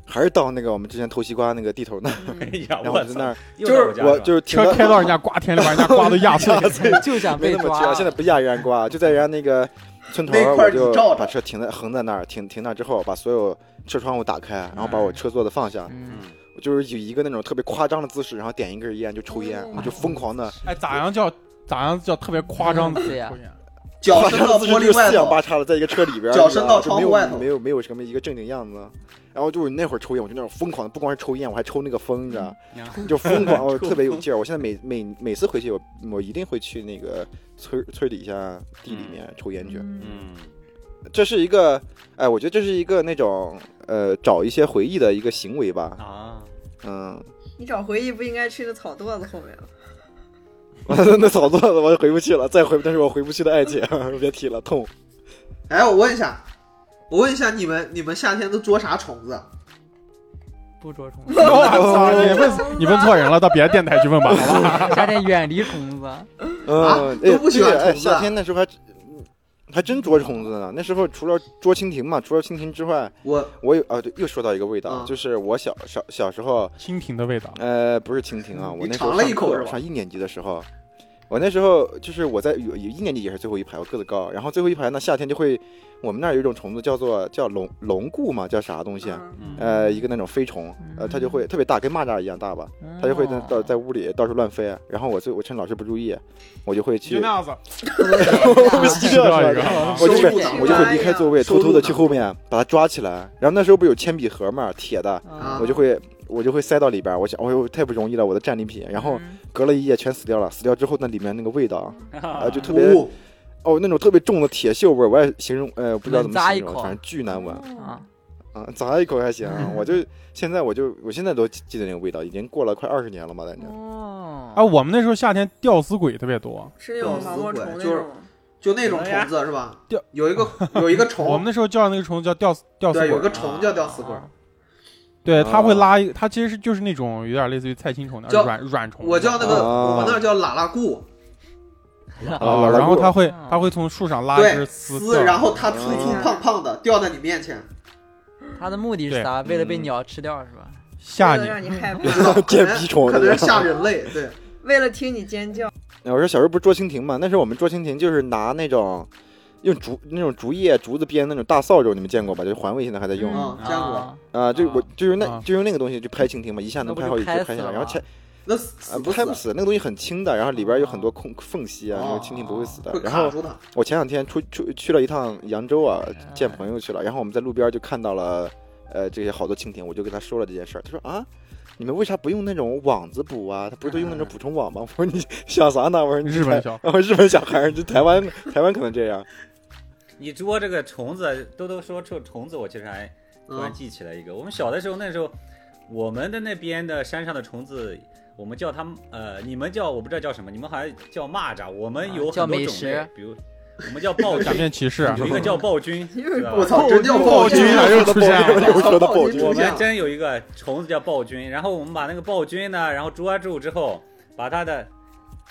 S6: 还是到那个我们之前偷西瓜那个地头那儿，
S4: 哎呀，
S6: 嗯然后
S4: 嗯我
S6: 我在那
S4: 操，
S6: 儿，
S4: 又
S5: 就
S4: 到
S5: 是
S4: 家
S6: 我
S4: 吧
S6: 就是停
S1: 车
S6: 到
S1: 开到人家瓜田里，把人家瓜都压碎了。
S2: 就想
S6: 没
S2: 被
S6: 那么啊
S2: 抓
S6: 近，，现在不压人家瓜，就在人家那个村头，
S5: 那块儿
S6: 我
S5: 你
S6: 就
S5: 照着
S6: 把车停在横在那儿，停停那儿之后，把所有车窗户打开，然后把我车座子放下，
S2: 嗯，
S6: 我就是以一个那种特别夸张的姿势，然后点一根烟就抽烟，
S3: 嗯
S6: 我就疯狂的
S1: 哎，咋样叫咋样叫特别夸张的
S2: 嗯对 呀
S1: 抽烟？
S5: 脚伸到
S6: 姿势
S5: 玻
S6: 就是
S5: 璃外
S6: 四仰八
S5: 头，
S6: 叉的，在一个车里边儿，
S5: 脚伸到
S6: 你知道
S5: 窗
S6: 就没
S5: 户
S6: 有
S5: 外头
S6: 没有没有什么一个正经样子。然后就是那会儿抽烟，我就那种疯狂的，不光是抽烟，我还抽那个风，你知道，就疯狂，我特别有劲儿。我现在每每每次回去，我我一定会去那个村村底下地里面抽烟去。
S3: 嗯
S4: 嗯，
S6: 这是一个，哎，我觉得这是一个那种呃找一些回忆的一个行为吧。
S4: 啊，
S6: 嗯，
S3: 你找回忆不应该去那草垛子后面吗？
S6: 那早做的我就回不去了，再回，但是我回不去的爱情，别提了，痛。
S5: 哎，我问一下，我问一下你们，你们夏天都捉啥虫子？
S2: 不捉虫
S1: 哎我操！你问你问错人了，到别的电台去问吧，好吧？
S2: 夏天远离虫子，
S5: 啊
S6: 哎
S5: 都不喜欢
S6: 对哎
S5: 虫子啊
S6: 夏天那时候还还真捉虫子呢。那时候除了捉蜻蜓嘛，除了蜻蜓之外，
S5: 我
S6: 我有啊，对，又说到一个味道，
S5: 嗯
S6: 就是我小小小时候，
S1: 蜻蜓的味道，
S6: 呃，不是蜻蜓啊，
S5: 你
S6: 我那时候
S5: 尝了一口
S6: 上课
S5: 是吧
S6: 上一年级的时候，我那时候就是我在有有一年级也是最后一排，我个子高，然后最后一排呢，夏天就会我们那儿有一种虫子叫做叫龙龙固嘛，叫啥东西啊？
S3: 嗯
S4: 嗯
S6: 呃，一个那种飞虫，
S5: 嗯
S6: 呃，它就会特别大，跟蚂蚱一样大吧，它就会
S5: 哦
S6: 在
S2: 哦
S6: 到在屋里到处乱飞。啊然后我最我趁老师不注意，我就会去
S1: 就那样子，
S6: 我被吸
S1: 吃
S6: 掉
S1: 掉
S6: 了
S1: 一
S6: 是
S1: 个
S6: 吧。。
S3: 啊
S6: 我就会
S5: 收入呢
S6: 我就会离开座位，
S5: 收入
S6: 偷
S5: 呢
S6: 偷的去后面把它抓起来。然后那时候不有铅笔盒嘛，铁的，
S2: 嗯
S5: 啊
S6: 我就会我就会塞到里边儿。我想，哎呦，太不容易了，我的战利品。然后隔了一夜全死掉了，死掉之后那里面那个味道 啊，就特别
S5: 哦
S6: 哦那种特别重的铁锈味儿，我也形容呃不知道怎
S2: 能
S6: 么
S2: 咂一
S6: 形容，
S2: 口
S6: 反正巨难闻
S3: 哦
S2: 啊，
S6: 啊，咂一口还行。我就现在我就我现在都记记得那个味道，已经过了快二十年了嘛，感觉。
S2: 哦
S1: 啊，，我们那时候夏天吊死鬼特别多，
S3: 是那种毛毛虫那
S5: 就是
S3: 种，
S5: 就那种虫子是吧
S1: 掉？
S5: 有 一个有一个虫，
S1: 我们那时候叫那个虫子叫吊死吊死
S5: 对有一
S1: 鬼
S5: 个，虫叫吊死
S6: 啊
S5: 鬼。
S2: 哦
S1: 对，它会
S6: 哦
S1: 拉一，它其实是就是那种有点类似于菜青虫那
S5: 叫
S1: 样软软虫，
S5: 我叫那个
S6: 啊
S5: 我们那儿叫喇喇固，
S1: 啊，然后它会它会从树上拉一
S5: 对
S1: 根丝
S5: 丝，
S1: 掉，
S5: 然后它粗
S6: 啊
S5: 粗
S3: 嗯
S5: 胖胖的掉在你面前，
S2: 他的目的是啥？为了
S4: 嗯
S2: 被鸟吃掉是吧？
S1: 吓
S3: 为了
S1: 你，
S3: 让你 害怕，
S5: 不知道可
S6: 健
S5: 能
S6: 脾虫
S5: 可能是吓人类， 对，
S3: 为了听你尖叫，
S6: 哎我说小时候不是捉蜻蜓嘛，那时候我们捉蜻蜓就是拿那种用竹那种竹叶竹子编的那种大扫帚，你们见过吧？就环卫现在还在用啊、
S5: 嗯， 见过。
S2: 啊
S6: 就我就用那、
S1: 啊
S6: 就用那个东西去拍蜻蜓嘛，一下能拍好几只，
S2: 那不就拍
S6: 拍下
S2: 死
S6: 来，
S2: 了
S6: 然后拆
S5: 那死
S6: 啊
S5: 死
S6: 不
S5: 不
S6: 拍不死，
S5: 死？
S6: 那个东西很轻的，然后里边有很多空缝隙啊，那
S5: 哦
S6: 个蜻蜓不会死的
S5: 会。
S6: 然
S5: 卡
S6: 后
S5: 住啊它。
S6: 我前两天出出去了一趟扬州啊，
S2: 嗯
S6: 见朋友去了，然后我们在路边就看到了呃这些好多蜻蜓，我就跟他说了这件事儿，他说啊。你们为啥不用那种网子捕啊？他不是都用那种捕虫网吗？我说你想啥 呢？我说你
S1: 日本小
S6: 然后日本小孩儿，就台湾台湾可能这样。
S4: 你捉这个虫子，都都说这虫子，我其实还突然
S5: 嗯
S4: 记起来一个，我们小的时候那时候，我们的那边的山上的虫子，我们叫它们呃，你们叫我不知道叫什么，你们好像叫蚂蚱，我们
S2: 啊
S4: 有
S2: 叫
S4: 很多
S2: 美
S4: 种类
S2: 食，
S4: 比如我们叫 暴
S1: 假
S4: 君，
S1: 面骑士，
S4: 有一个叫暴君，是吧
S5: 我操，真叫
S6: 暴
S5: 君
S6: 君啊，又
S1: 又
S6: 说
S1: 出
S6: 到
S1: 现
S6: 暴
S1: 了
S6: 君， 又说到暴
S5: 暴
S6: 君
S5: 君，
S4: 我们
S5: 样
S4: 真有一个虫子叫暴君，然后我们把那个暴君呢，然后抓住之后，把它的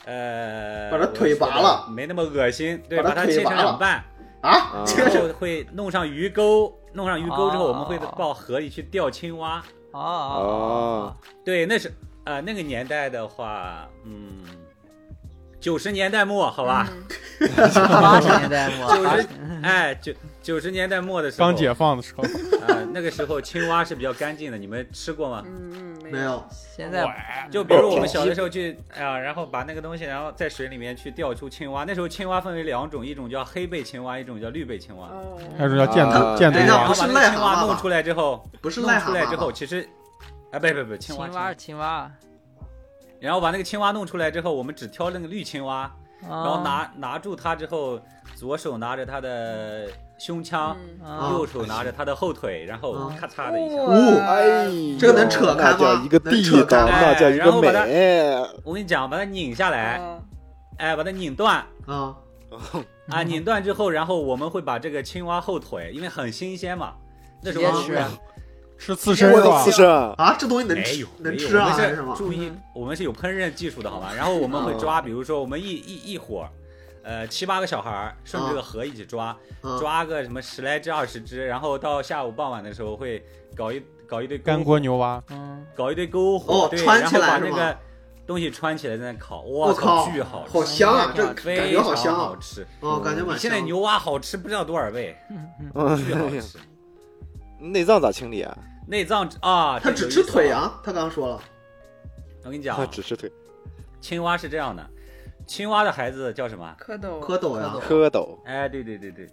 S4: 呃，
S5: 把它腿拔了，
S4: 没那么恶心，对，
S5: 把
S4: 把
S5: 它
S4: 切
S5: 腿拔
S4: 成两
S5: 了
S4: 半，
S5: 啊，
S6: 啊
S5: 这
S4: 然后
S5: 个
S4: 会弄上鱼钩，弄上鱼钩之后，
S2: 啊
S4: 我们会到河里去钓青蛙。
S2: 啊哦
S6: 啊！
S4: 对，那是啊、那个年代的话，嗯，九十年代末，好吧，
S3: 嗯
S6: 哦
S2: 八十年代末，
S4: 九
S2: 八
S4: 十
S2: 十
S4: 哎九九十年代末的时候，
S1: 刚解放的时候，
S4: 啊那个时候青蛙是比较干净的，你们吃过吗？
S3: 嗯嗯，
S5: 没有，
S2: 现在
S4: 就比
S5: 哦
S4: 如我们小的时候去啊，然后把那个东西，然后在水里面去钓出青蛙。那时候青蛙分为两种，一种叫黑背青蛙，一种叫绿背青蛙。
S3: 哦，
S1: 还有叫箭
S6: 啊
S1: 头箭头
S5: 等一
S4: 哎，
S1: 蛙
S4: 然后
S5: 下
S4: 把
S5: 不是
S4: 那个
S5: 癞
S4: 青
S5: 蛤
S4: 蛙
S5: 蟆
S4: 弄
S5: 吧
S4: 出来之后，
S5: 不是
S4: 弄
S5: 癞
S4: 出
S5: 蛤
S4: 来之
S5: 蟆
S4: 后，
S5: 吧？
S4: 其实，哎，不不不，青蛙
S2: 青蛙，青蛙，
S4: 然后把那个青蛙弄出来之后，我们只挑那个绿青蛙，
S2: 然
S4: 然后
S2: 哦
S4: 拿拿住它之后，左手拿着它的胸腔，
S3: 嗯
S2: 啊
S4: 右手拿着它的后腿，然后
S5: 嗯
S4: 咔嚓的一下。
S5: 哦
S6: 哎，
S5: 这个能扯开
S6: 那
S5: 吗
S6: 叫一个地
S5: 能扯
S6: 道，
S5: 开
S4: 吗
S6: 那叫一
S4: 哎然
S6: 个
S4: 后把它
S6: 美。
S4: 我跟你讲，把它拧下来，
S3: 哦
S4: 哎，把它拧断。
S5: 啊，
S4: 啊，拧断之后，然后我们会把这个青蛙后腿，因为很新鲜嘛，那时
S2: 直
S4: 候
S2: 接吃
S4: 没有
S1: 是刺身
S6: 我
S1: 是
S6: 的
S1: 吧
S6: 刺？身，
S5: 啊，这东西能
S4: 没
S5: 吃
S4: 有，
S5: 能吃啊，
S4: 我
S5: 还是什哦
S4: 们
S5: 么
S4: 是？注意，我们是有烹饪技术的好吧？然后我们会抓，比如说我们一一一伙儿，呃，七八个小孩儿顺着这个河一起抓，
S5: 嗯
S4: 抓个什么十来只、二十只，然后到下午傍晚的时候会搞一搞一堆篝
S1: 干锅，牛蛙，
S2: 嗯，
S4: 搞一堆篝火，
S5: 哦
S4: 对，
S5: 穿
S4: 然
S5: 起
S4: 后
S5: 来
S4: 把
S5: 是
S4: 那
S5: 吗
S4: 个东西穿起来在那烤，
S5: 我
S4: 我
S5: 靠
S4: 巨好吃
S5: 好，香啊，这感
S4: 非
S5: 觉
S4: 常
S5: 好香
S4: 好
S5: 啊，
S4: 吃。
S5: 哦，感觉蛮
S4: 比
S5: 香。
S4: 现在牛蛙好吃不知道多少 倍，巨好
S6: 嗯，
S4: 吃。
S6: 内脏咋清理啊？
S4: 内脏啊，
S5: 他
S4: 这
S5: 只
S4: 有
S5: 吃
S4: 意思
S5: 腿
S4: 啊！
S5: 啊，他刚刚说了，
S4: 我跟你
S6: 他
S4: 讲，啊
S6: 只吃腿，
S4: 青蛙是这样的，青蛙的孩子叫什么？
S3: 蝌蚪，
S5: 蝌蚪呀
S2: 蝌，
S6: 蝌蚪。
S4: 哎，对对对对，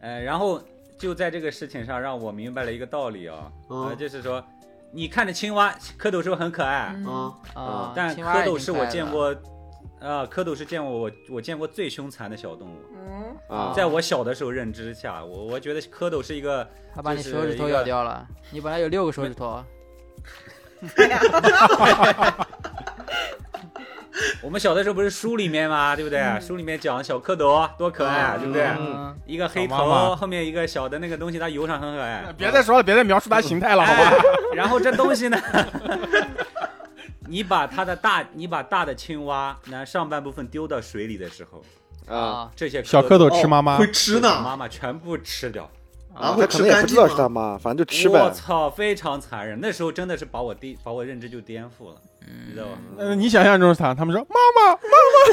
S4: 呃，然后就在这个事情上让我明白了一个道理啊，
S5: 嗯
S4: 呃，就是说，你看着青蛙，蝌蚪是不是很可爱？
S3: 嗯
S5: 啊，
S2: 啊，
S4: 但
S2: 青蛙
S4: 蝌
S2: 已
S4: 蚪
S2: 经
S4: 是
S2: 开
S4: 我
S2: 了
S4: 见过，啊，蝌蚪是见过我我见过最凶残的小动物。
S3: 嗯，
S6: 啊，
S4: 在我小的时候认知下，我我觉得蝌蚪是一个
S2: 他把你
S4: 就是
S2: 手指头
S4: 一
S2: 咬
S4: 个
S2: 掉了，你本来有六个手指头，
S3: 哎
S4: 我们小的时候不是书里面嘛，对不对？书里面讲小蝌蚪多可爱啊，对不对？
S2: 嗯，
S4: 一个黑头，
S1: 小妈妈
S4: 后面一个小的那个东西，它游上很可爱。
S1: 别再说了，别再描述它形态了，好吧？
S4: 然后这东西呢， 你把它的大，你把大的青蛙那上半部分丢到水里的时候，
S6: 啊，
S2: 哦
S4: 这些
S1: 小蝌
S4: 蚪
S1: 蚪吃妈妈
S5: 会，吃呢，
S4: 妈妈全部吃掉。
S5: 啊，
S6: 他
S5: 会
S6: 可
S5: 吃
S6: 能也
S5: 干
S6: 不知
S5: 净
S6: 道是他
S5: 吗？
S6: 妈，反正就吃
S4: 我
S6: 呗。
S4: 操，非常残忍。那时候真的是把我颠，把我认知就颠覆了，你知道吧？
S1: 呃，你想象中是啥？他们说妈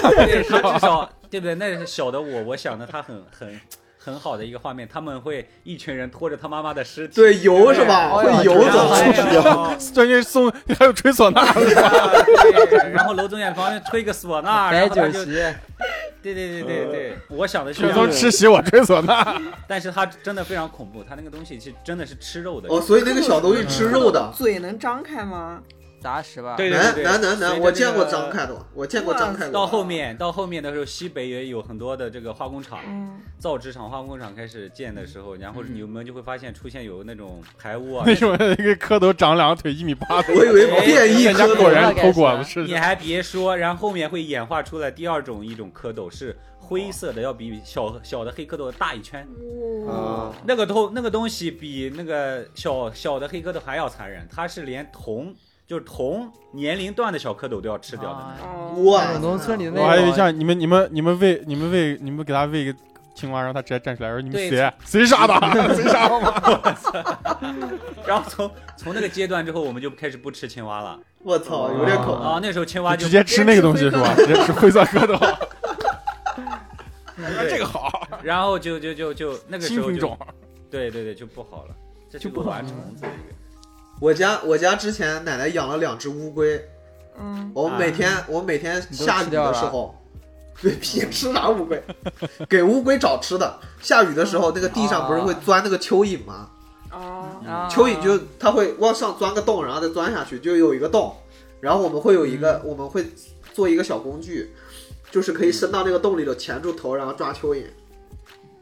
S1: 妈，
S4: 对他至少对不对？那是小的我，我想的他很很很好的一个画面，他们会一群人拖着他妈妈的尸体，
S5: 对，游是吧？
S2: 哎
S5: 会
S2: 呀
S5: 游
S4: 然后
S5: 走，
S4: 哎呦
S1: 这就是送 还有吹唢呐的，
S4: 对， 然后娄宗远旁边吹个唢呐，然
S2: 摆
S4: 后他
S2: 酒
S4: 就
S2: 席，
S4: 对对对对
S1: 呃
S4: 对，我想的是
S1: 雪
S4: 这样
S1: 松
S4: 的，
S1: 吃席，我吹唢 呐。
S4: 但是他真的非常恐怖，他那个东西是真的是吃肉的。
S5: 哦，所以那个小东西吃肉的，
S3: 嘴能张开吗？
S2: 杂食吧，
S4: 嗯对对对
S5: 难
S4: 对，
S5: 难难
S4: 随
S5: 难，
S4: 着
S5: 我
S4: 这
S5: 见过
S4: 个
S5: 张开的，我见过张开
S4: 到
S5: 的，
S4: 后面，到后面的时候，西北也有很多的这个化工厂、
S3: 嗯，
S4: 造纸厂、化工厂开始建的时候，然后你们就会发现出现有那种排污啊。
S1: 嗯为什么 那个蝌蚪长两个腿一米八的？
S5: 我以为
S2: 哎
S5: 变异
S1: 人家
S5: 蝌
S1: 果
S5: 蚪，
S1: 然偷果子吃
S4: 你还别说，然后后面会演化出来第二种一种蝌蚪是
S1: 哦
S4: 灰色的，要比小小的黑蝌蚪大一圈。
S3: 哦
S6: 啊，
S4: 那个东那个东西比那个小小的黑蝌蚪还要残忍，它是连同就是同年龄段的小蝌蚪都要吃掉
S1: 啊
S4: 的那
S5: 啊
S4: 种。
S3: 哦，
S5: 哇
S6: 啊
S2: 那种农村里的那
S1: 我还以为
S2: 种
S1: 像你们、你们、你们喂、你们喂、你们给它喂一个青蛙，让它直接站起来，说你们
S4: 对
S1: 谁谁杀的？谁杀的吗？
S4: 然后从从那个阶段之后，我们就开始不吃青蛙了
S5: 我操，有点恐怖。
S4: 啊。那时候青蛙就
S1: 直接吃那个东西是吧？直接吃灰色蝌蚪，
S4: 对
S1: 这个好，
S4: 然后就就就就那个时
S1: 新
S4: 候
S1: 品
S4: 就
S1: 啊种。
S4: 对对对就不好了，这是
S1: 就
S4: 个
S1: 不好
S4: 玩
S1: 了
S4: 虫子的一个
S5: 我家我家之前奶奶养了两只乌龟，
S3: 嗯，
S5: 我
S4: 啊
S5: 每天、我每天
S2: 你都
S5: 下
S2: 吃
S5: 雨
S2: 掉
S5: 的
S2: 了啊
S5: 时候， 对，别吃啥乌龟，给乌龟找吃的。下雨的时候，那个地上不是会钻那个蚯蚓吗？
S3: 哦，
S2: 啊
S5: 蚯蚓就它会往上钻个洞，然后再钻下去，就有一个洞。然后我们会有一个，
S2: 嗯
S5: 我们会做一个小工具，就是可以伸到那个洞里头，钳住头，然后抓蚯蚓。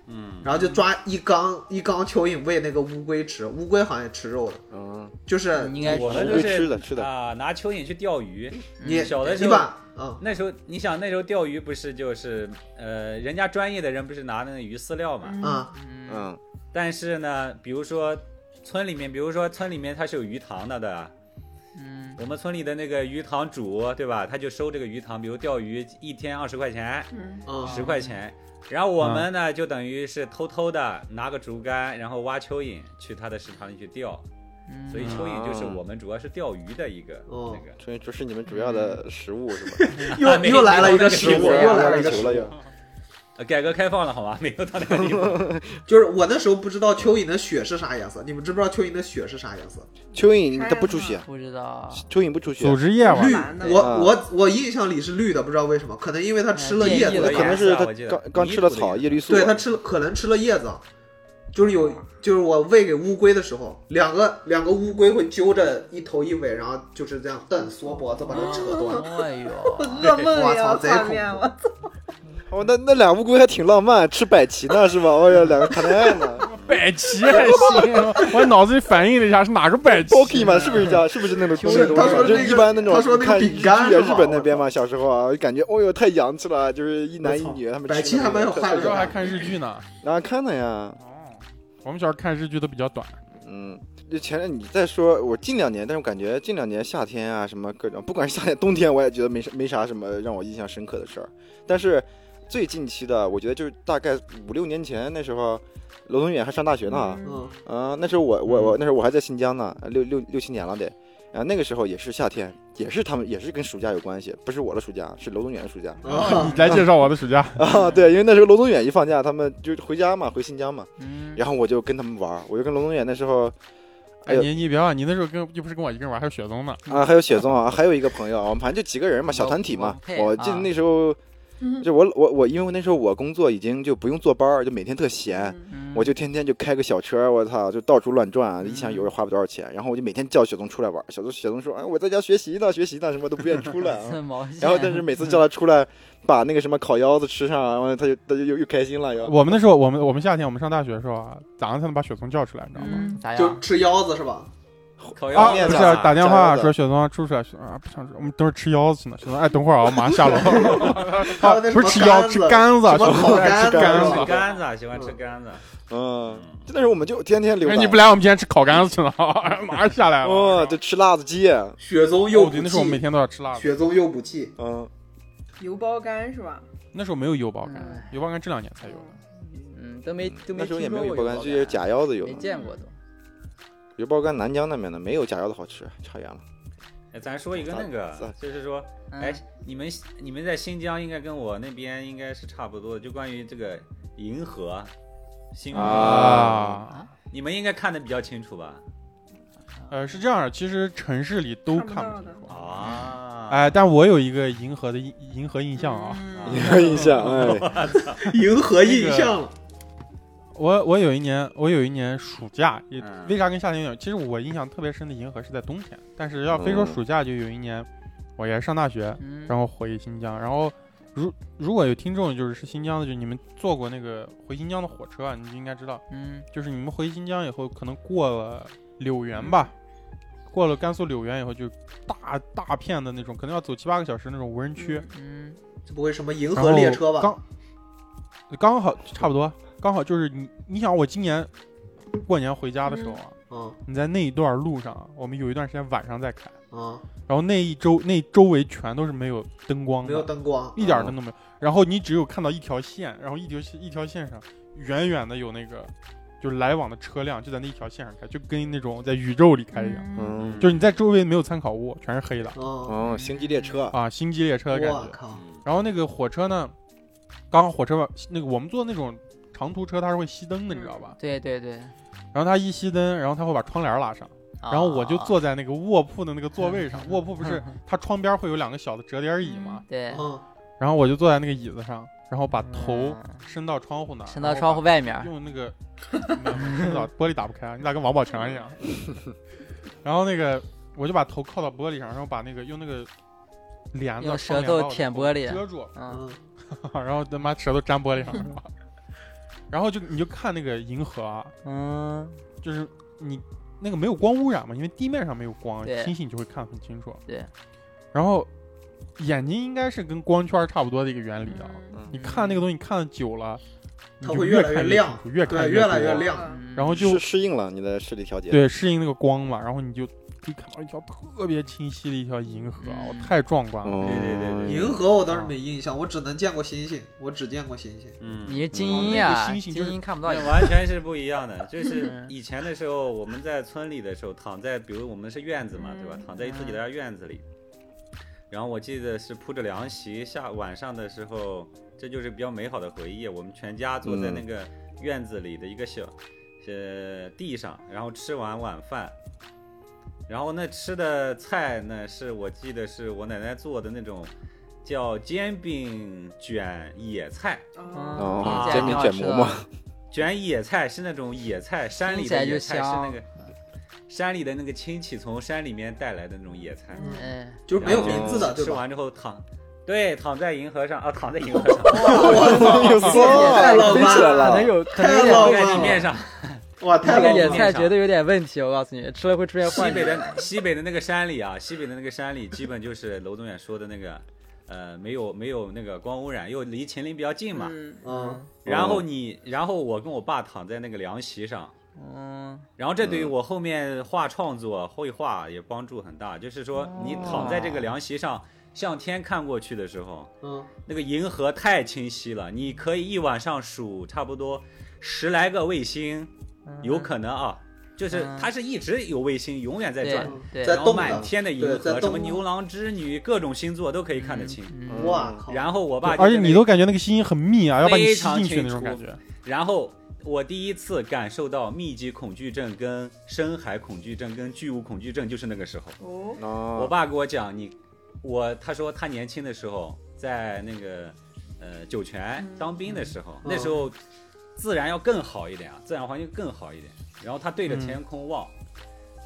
S4: 嗯，
S5: 然后就抓一缸一缸蚯蚓喂那个乌龟吃，乌龟好像也吃肉的，
S6: 嗯，
S5: 就是
S2: 应该
S4: 我们
S2: 是
S4: 就
S6: 对
S4: 是
S6: 吃的吃的
S4: 啊，拿蚯蚓去钓鱼。
S5: 你
S4: 小的时
S5: 你
S4: 候
S5: 把嗯
S4: 那时候你想，那时候钓鱼不是就是呃，人家专业的人不是拿那个鱼饲料嘛？
S5: 啊
S2: 嗯
S6: 嗯
S4: 但是呢，比如说村里面，比如说村里面它是有鱼塘的的，
S2: 嗯
S4: 我们村里的那个鱼塘主，对吧？他就收这个鱼塘，比如钓鱼一天二十块钱，
S3: 嗯
S5: 嗯
S4: 十块钱。然后我们呢，就等于是偷偷的拿个竹竿，然后挖蚯蚓去他的食堂里去钓，
S2: 嗯，
S4: 所以蚯蚓就是我们主要是钓鱼的一个
S5: 哦
S4: 那个。
S6: 所以这是你们主要的食物是 吧？
S5: 又又来了一个食
S4: 没
S5: 物，
S4: 没
S5: 又来了一个
S6: 球
S5: 食
S6: 了
S5: 物。
S6: 又。
S4: 呃改革开放了好吗？没有到那个地步。
S5: 就是我那时候不知道蚯蚓的血是啥颜色，你们知不知道蚯蚓的血是啥颜色？
S6: 蚯蚓它不出血，
S2: 不知道
S6: 蚯蚓不出血，
S1: 组织业务，
S5: 绿
S3: 蓝的，
S5: 我
S6: 嗯
S5: 我我印象里是绿的，不知道为什么，可能因为它吃
S4: 嗯
S5: 了叶
S2: 变异
S5: 子
S2: 了，
S6: 可能
S4: 绿
S6: 是
S4: 色
S6: 它
S4: 我记得
S6: 刚刚吃了草
S4: 泥土里
S6: 叶绿素，
S5: 对它吃了，可能吃了叶子。就是有，就是我喂给乌龟的时候，两个两个乌龟会揪着一头一尾，然后就是这样蹬缩脖子把它扯断。
S2: 哎呦，
S3: 嗯噩梦
S5: 哇
S3: 也
S5: 操
S3: 要
S5: 贼
S3: 画
S5: 恐
S3: 面
S5: 怖
S3: 我操
S6: 哦，那那俩乌龟还挺浪漫，吃百奇呢是吧？哦呀，两个谈恋爱 呢
S1: 百奇还行，我脑子里反应了一下是哪个百奇
S6: ，Pocky 嘛，是不是这样？是不是那种东西？
S5: 是他说
S6: 就
S5: 那个
S6: 一般那种，
S5: 他说那个
S6: 看
S5: 饼干
S6: 日剧啊
S5: 是吧
S6: 日本那边嘛，小时候啊，就感觉哦哟太洋气了，就是一男一女他们吃那个。
S5: 百奇还蛮有话
S1: 小
S5: 题
S1: 时候还
S5: 的，
S1: 看日剧呢。
S6: 啊，看的呀，
S1: 哦我们小时候看日剧都比较短，
S6: 嗯。就前两你再说，我近两年，但是我感觉近两年夏天啊，什么各种，不管是夏天冬天，我也觉得没啥没啥什么让我印象深刻的事儿。但是最近期的，我觉得就是大概五六年前那时候，罗东远还上大学呢，
S4: 哦
S5: 嗯，
S6: 啊，那时候我我我那时候我还在新疆呢，六六六七年了得。啊，那个时候也是夏天，也是他们也是跟暑假有关系，不是我的暑假，是楼东远的暑假
S5: 啊
S4: 哦
S1: 你来介绍我的暑假。
S6: 啊。对，因为那时候楼东远一放假，他们就回家嘛，回新疆嘛，
S2: 嗯，
S6: 然后我就跟他们玩儿，我就跟楼东远那时候哎
S1: 哎，
S6: 呦
S1: 你你别忘，你那时候跟又不是跟我一个人玩，还有雪松呢。
S6: 啊，还有雪松啊，还有一个朋友，我们反正就几个 人嘛，小团体
S2: 王
S6: 嘛
S2: 佩。
S6: 我记得
S2: 啊
S6: 那时候
S3: 嗯
S6: 就我我我，因为那时候我工作已经就不用坐班儿，就每天特闲，
S2: 嗯
S6: 我就天天就开个小车，我操，就到处乱转，一箱油也花不多少钱。然后我就每天叫雪松出来玩，小松雪松说，哎，我在家学习呢，学习呢，什么都不愿意出来 啊。
S2: 刺嗯毛线，
S6: 然后但是每次叫他出来，把那个什么烤腰子吃上，然后他就他就又又开心了又。
S1: 我们那时候，我们我们夏天我们上大学的时候啊，咋样才能把雪松叫出来，你知道吗？
S2: 嗯咋
S5: 啊 就
S2: 样？
S5: 吃腰子是吧？
S4: 烤
S1: 啊，
S4: 鸭面
S1: 不是
S4: 咋
S1: 打电
S6: 炸
S1: 话
S6: 腰子
S1: 说雪松出去了，雪松啊不想吃，我们等会儿吃腰子去呢。雪松哎，等会儿啊，我马上下楼。 啊
S5: 还有那什么
S1: 不是吃腰，
S5: 杆子
S1: 吃杆子啊，
S5: 什么
S1: 雪松
S5: 烤
S1: 爱 吃
S5: 杆子
S1: 杆
S5: 是
S4: 吃
S1: 子
S5: 吧。
S4: 杆子啊，喜欢吃杆子。
S6: 嗯，就那时候我们就天天溜
S1: 哎，
S6: 达。
S1: 你不来，我们今天吃烤杆子 去了，马上下来了。
S6: 哦，就吃辣子鸡。
S5: 雪宗
S1: 哦
S5: 诱
S1: 对，
S5: 捕
S1: 那时候我们每
S5: 剂，
S1: 天都要
S4: 啊
S1: 吃辣的。
S5: 雪宗诱捕剂，
S6: 嗯，
S3: 油包干是吧？
S1: 那时候没有油包干
S2: 哎，
S1: 油包干这两年才有的。
S2: 嗯，都没都没
S6: 那时候也
S2: 听
S6: 没
S2: 说
S6: 有油
S2: 过
S6: 爆干，就是假腰子油
S2: 啊没。见过都。
S6: 油爆干南疆那边的没有假腰子好吃，差远了。
S4: 哎咱说一个那
S6: 咋
S4: 个，就是说，哎
S2: 嗯，
S4: 你们你们在新疆应该跟我那边应该是差不多的，就关于这个银河新闻，
S1: 啊，
S4: 你们应该看的比较清楚吧？
S1: 呃，是这样的，其实城市里都
S3: 看不
S1: 看
S3: 到
S1: 不
S3: 的
S1: 清楚。
S4: 啊，
S1: 哎，但我有一个银河的印银河印象啊，
S3: 嗯
S6: 你有印 象哎？
S5: 银河印象了。
S1: 我我有一年，我有一年暑假，也
S4: 嗯
S1: 为啥跟夏天有？其实我印象特别深的银河是在冬天，但是要非说
S6: 嗯
S1: 暑假，就有一年，我也是上大学，
S2: 嗯，
S1: 然后回新疆，然后如如果有听众就是是新疆的，就你们坐过那个回新疆的火车啊，你就应该知道，
S2: 嗯
S1: 就是你们回新疆以后，可能过了柳园吧，过了甘肃柳园以后，就大大片的那种，可能要走七八个小时那种无人区，
S2: 嗯
S5: 这不会什么银
S1: 然
S5: 河
S1: 后
S5: 列车吧？
S1: 刚刚好差不多，刚好就是你你想我今年过年回家的时候啊，
S5: 嗯
S1: 你在那一段路上啊，我们有一段时间晚上在开，
S5: 嗯，
S1: 然后那一周那周围全都是没有灯光
S5: 没有
S1: 的，
S5: 灯光，
S1: 一点儿灯都没有，然后你只有看到一条线，然后一条线一条线上远远的有那个就是来往的车辆就在那一条线上开，就跟那种在宇宙里开一样，
S2: 嗯
S6: 嗯
S1: 就是你在周围没有参考物，全是黑的
S5: 嗯，
S6: 哦，星际列车。
S1: 啊，星际列车的感
S5: 我
S1: 觉。
S5: 靠，
S1: 然后那个火车呢，刚好火车吧那个我们坐那种长途车，它是会熄灯的，你知道吧？
S2: 对对对。
S5: 嗯
S1: 然后它一熄灯，然后它会把窗帘拉上，
S5: 啊
S2: 然
S1: 然后我就坐在那个卧铺的那个座 位上，卧铺不是它窗边会有两个小的折叠椅嘛，
S2: 啊对，
S5: 嗯，
S1: 然后我就坐在那个椅子上，然后把头
S2: 嗯
S1: 伸到窗户那儿，
S2: 伸到窗户外面
S1: 然后把，用那个 没有没有伸到玻璃打不开， 你咋跟王宝强一 样？然后那个我就把头靠到玻璃上，然后把那个用那个帘子窗
S2: 用舌
S1: 帘把我
S2: 头
S1: 的
S2: 舔
S1: 头
S2: 玻璃，
S1: 遮住，
S2: 嗯
S5: 嗯，
S1: 然后他妈舌头粘玻璃上了，然后就你就看那个银河啊，
S2: 嗯，
S1: 就是你那个没有光污染嘛，因为地面上没有光，
S2: 对
S1: 星星就会看得很清楚。
S2: 对，
S1: 然后眼睛应该是跟光圈差不多的一个原理啊。
S6: 嗯
S1: 你看那个东西看的久了，
S5: 它
S1: 你就
S5: 会
S1: 越
S5: 越来
S1: 看
S5: 越
S1: 越
S5: 亮
S1: 清楚，越看
S5: 对，越
S1: 多
S5: 来越
S3: 这
S5: 亮。
S3: 样。
S1: 然后就
S6: 嗯适适应了你的视力调节。，
S1: 对适应那个光嘛，然后你就可以看到一条特别清晰的一条银河，啊
S2: 嗯
S1: 我太壮观了。
S6: 哦，
S4: 对对对 对
S5: 银河我倒是没印象，我只能见过星星，我只见过星星。
S4: 嗯，
S2: 你是
S1: 嗯
S2: 精英
S1: 那
S2: 呀，
S1: 个星
S2: 精
S1: 星就是
S2: 英看不到
S4: 那
S2: 眼，
S4: 完全是不一样的。就是
S2: 嗯
S4: 以前的时候，我们在村里的时候，躺在比如我们是院子嘛，
S3: 嗯
S4: 对吧？躺在自己的家院子里，然后我记得是铺着凉席，下晚上的时候，这就是比较美好的回忆。我们全家坐在那个院子里的一个小呃地上，然后吃完晚饭。然后那吃的菜呢，是我记得是我奶奶做的那种叫煎饼卷野菜，
S3: 哦
S6: 哦
S2: 嗯，
S6: 煎饼卷馍馍，
S4: 卷野菜是那种野菜，山里
S2: 听起来
S4: 的
S2: 就
S4: 野菜是那
S2: 香
S4: 个山里的那个亲戚从山里面带来的那种野菜，
S2: 哎，
S5: 就是没有名字
S6: 嗯
S5: 的，
S4: 然后
S5: 对
S4: 吃
S5: 吧？
S4: 完之后躺，对，躺在银河上 啊，躺在银河上，
S6: 有
S5: 太浪
S6: 飞起
S5: 漫
S2: 可能
S6: 来了，
S2: 有可能有
S5: 太浪
S2: 点
S4: 躺
S5: 漫了
S4: 在地 面上。
S5: 哇，
S2: 那
S5: 太
S2: 个
S5: 浪
S2: 野
S5: 漫了！
S2: 菜绝对有点问题，我告诉你，吃了会出现
S4: 西
S2: 幻
S4: 北
S2: 觉。
S4: 的西北的那个山里啊，西北的那个山里，基本就是楼总远说的那个，呃，没有没有那个光污染，又离秦岭比较近嘛。
S3: 嗯，
S5: 嗯，
S4: 然后你，然后我跟我爸躺在那个凉席上，
S2: 嗯，
S4: 然后这对于我后面画创作、绘画也帮助很大。就是说，你
S2: 哦
S4: 躺在这个凉席上向天看过去的时候，
S5: 嗯，
S4: 那个银河太清晰了，你可以一晚上数差不多十来个卫星，有可能啊，就是
S2: 嗯
S4: 它是一直有卫星，永远在
S2: 对
S4: 转。
S2: 对，
S5: 在
S4: 然后
S5: 动的
S4: 满天的银
S5: 对
S4: 河，
S5: 在
S4: 什
S5: 动
S4: 么
S5: 的
S4: 牛郎织女，各种星座都可以看得清。
S2: 嗯，
S5: 哇靠！
S4: 然后我爸就
S1: 而且
S4: 在那
S1: 你都感觉那个星星很密啊，要把你
S4: 非
S1: 吸
S4: 常
S1: 进去
S4: 清
S1: 那种
S4: 楚
S1: 感觉。
S4: 然后我第一次感受到密集恐惧症、跟深海恐惧症、跟巨物恐惧症，就是那个时候。
S3: 哦，
S6: 哦，
S4: 我爸给我讲，你我他说他年轻的时候在那个呃酒泉当兵的时候，
S5: 嗯
S4: 那时候自然要更好一点啊，自然环境更好一点。然后他对着天空望，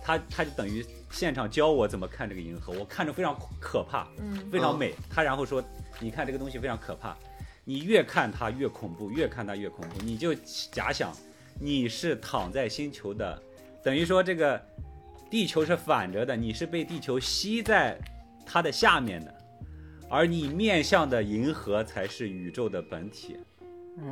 S4: 他他就等于现场教我怎么看这个银河，我看着非常可怕，
S3: 嗯
S4: 非常美。他然后说，你看这个东西非常可怕，你越看它越恐怖，越看它越恐怖，你就假想你是躺在星球的，等于说这个地球是反着的，你是被地球吸在它的下面的，而你面向的银河才是宇宙的本体。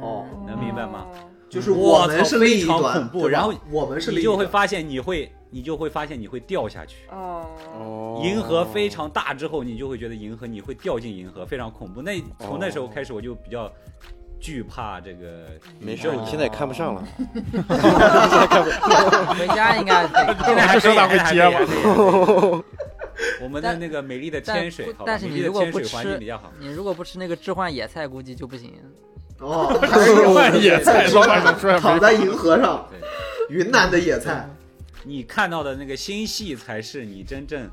S5: 哦，
S6: 嗯
S4: 能明白吗
S3: 哦？
S5: 就是我
S4: 哇
S5: 们
S4: 操
S5: 是另一
S4: 非常
S5: 端，
S4: 恐怖
S5: 对吧
S4: 然后
S5: 我们是
S4: 你
S5: 另一
S4: 就会
S5: 端。
S4: 发现你会，你就会发现你会掉下去。
S3: 哦，
S6: 哦
S4: 银河非常大之后，你就会觉得银河你会掉进银河，非常恐怖。那从那时候开始，我就比较惧怕这个。
S6: 没事儿，你现在也看不上了。
S2: 回家应该得
S4: 现 在还
S1: 这
S4: 可
S1: 说
S4: 以
S1: 咋会接
S4: 还
S1: 嘛
S4: 可以还可以还可以我们的
S2: 但
S4: 那个美丽的
S2: 但
S4: 天水，
S2: 不
S4: 好吧，
S2: 但是
S4: 美
S2: 你
S4: 丽的
S2: 如果
S4: 天
S2: 不
S4: 水环境
S2: 吃
S4: 比较好。
S2: 你如果不吃那个置换野菜，估计就不行。
S5: 哦，
S1: 换野菜
S5: 说
S1: 老板能 说也没
S5: 躺在银河上
S4: 对，
S5: 云南的野菜。
S4: 你看到的那个星系才是你真正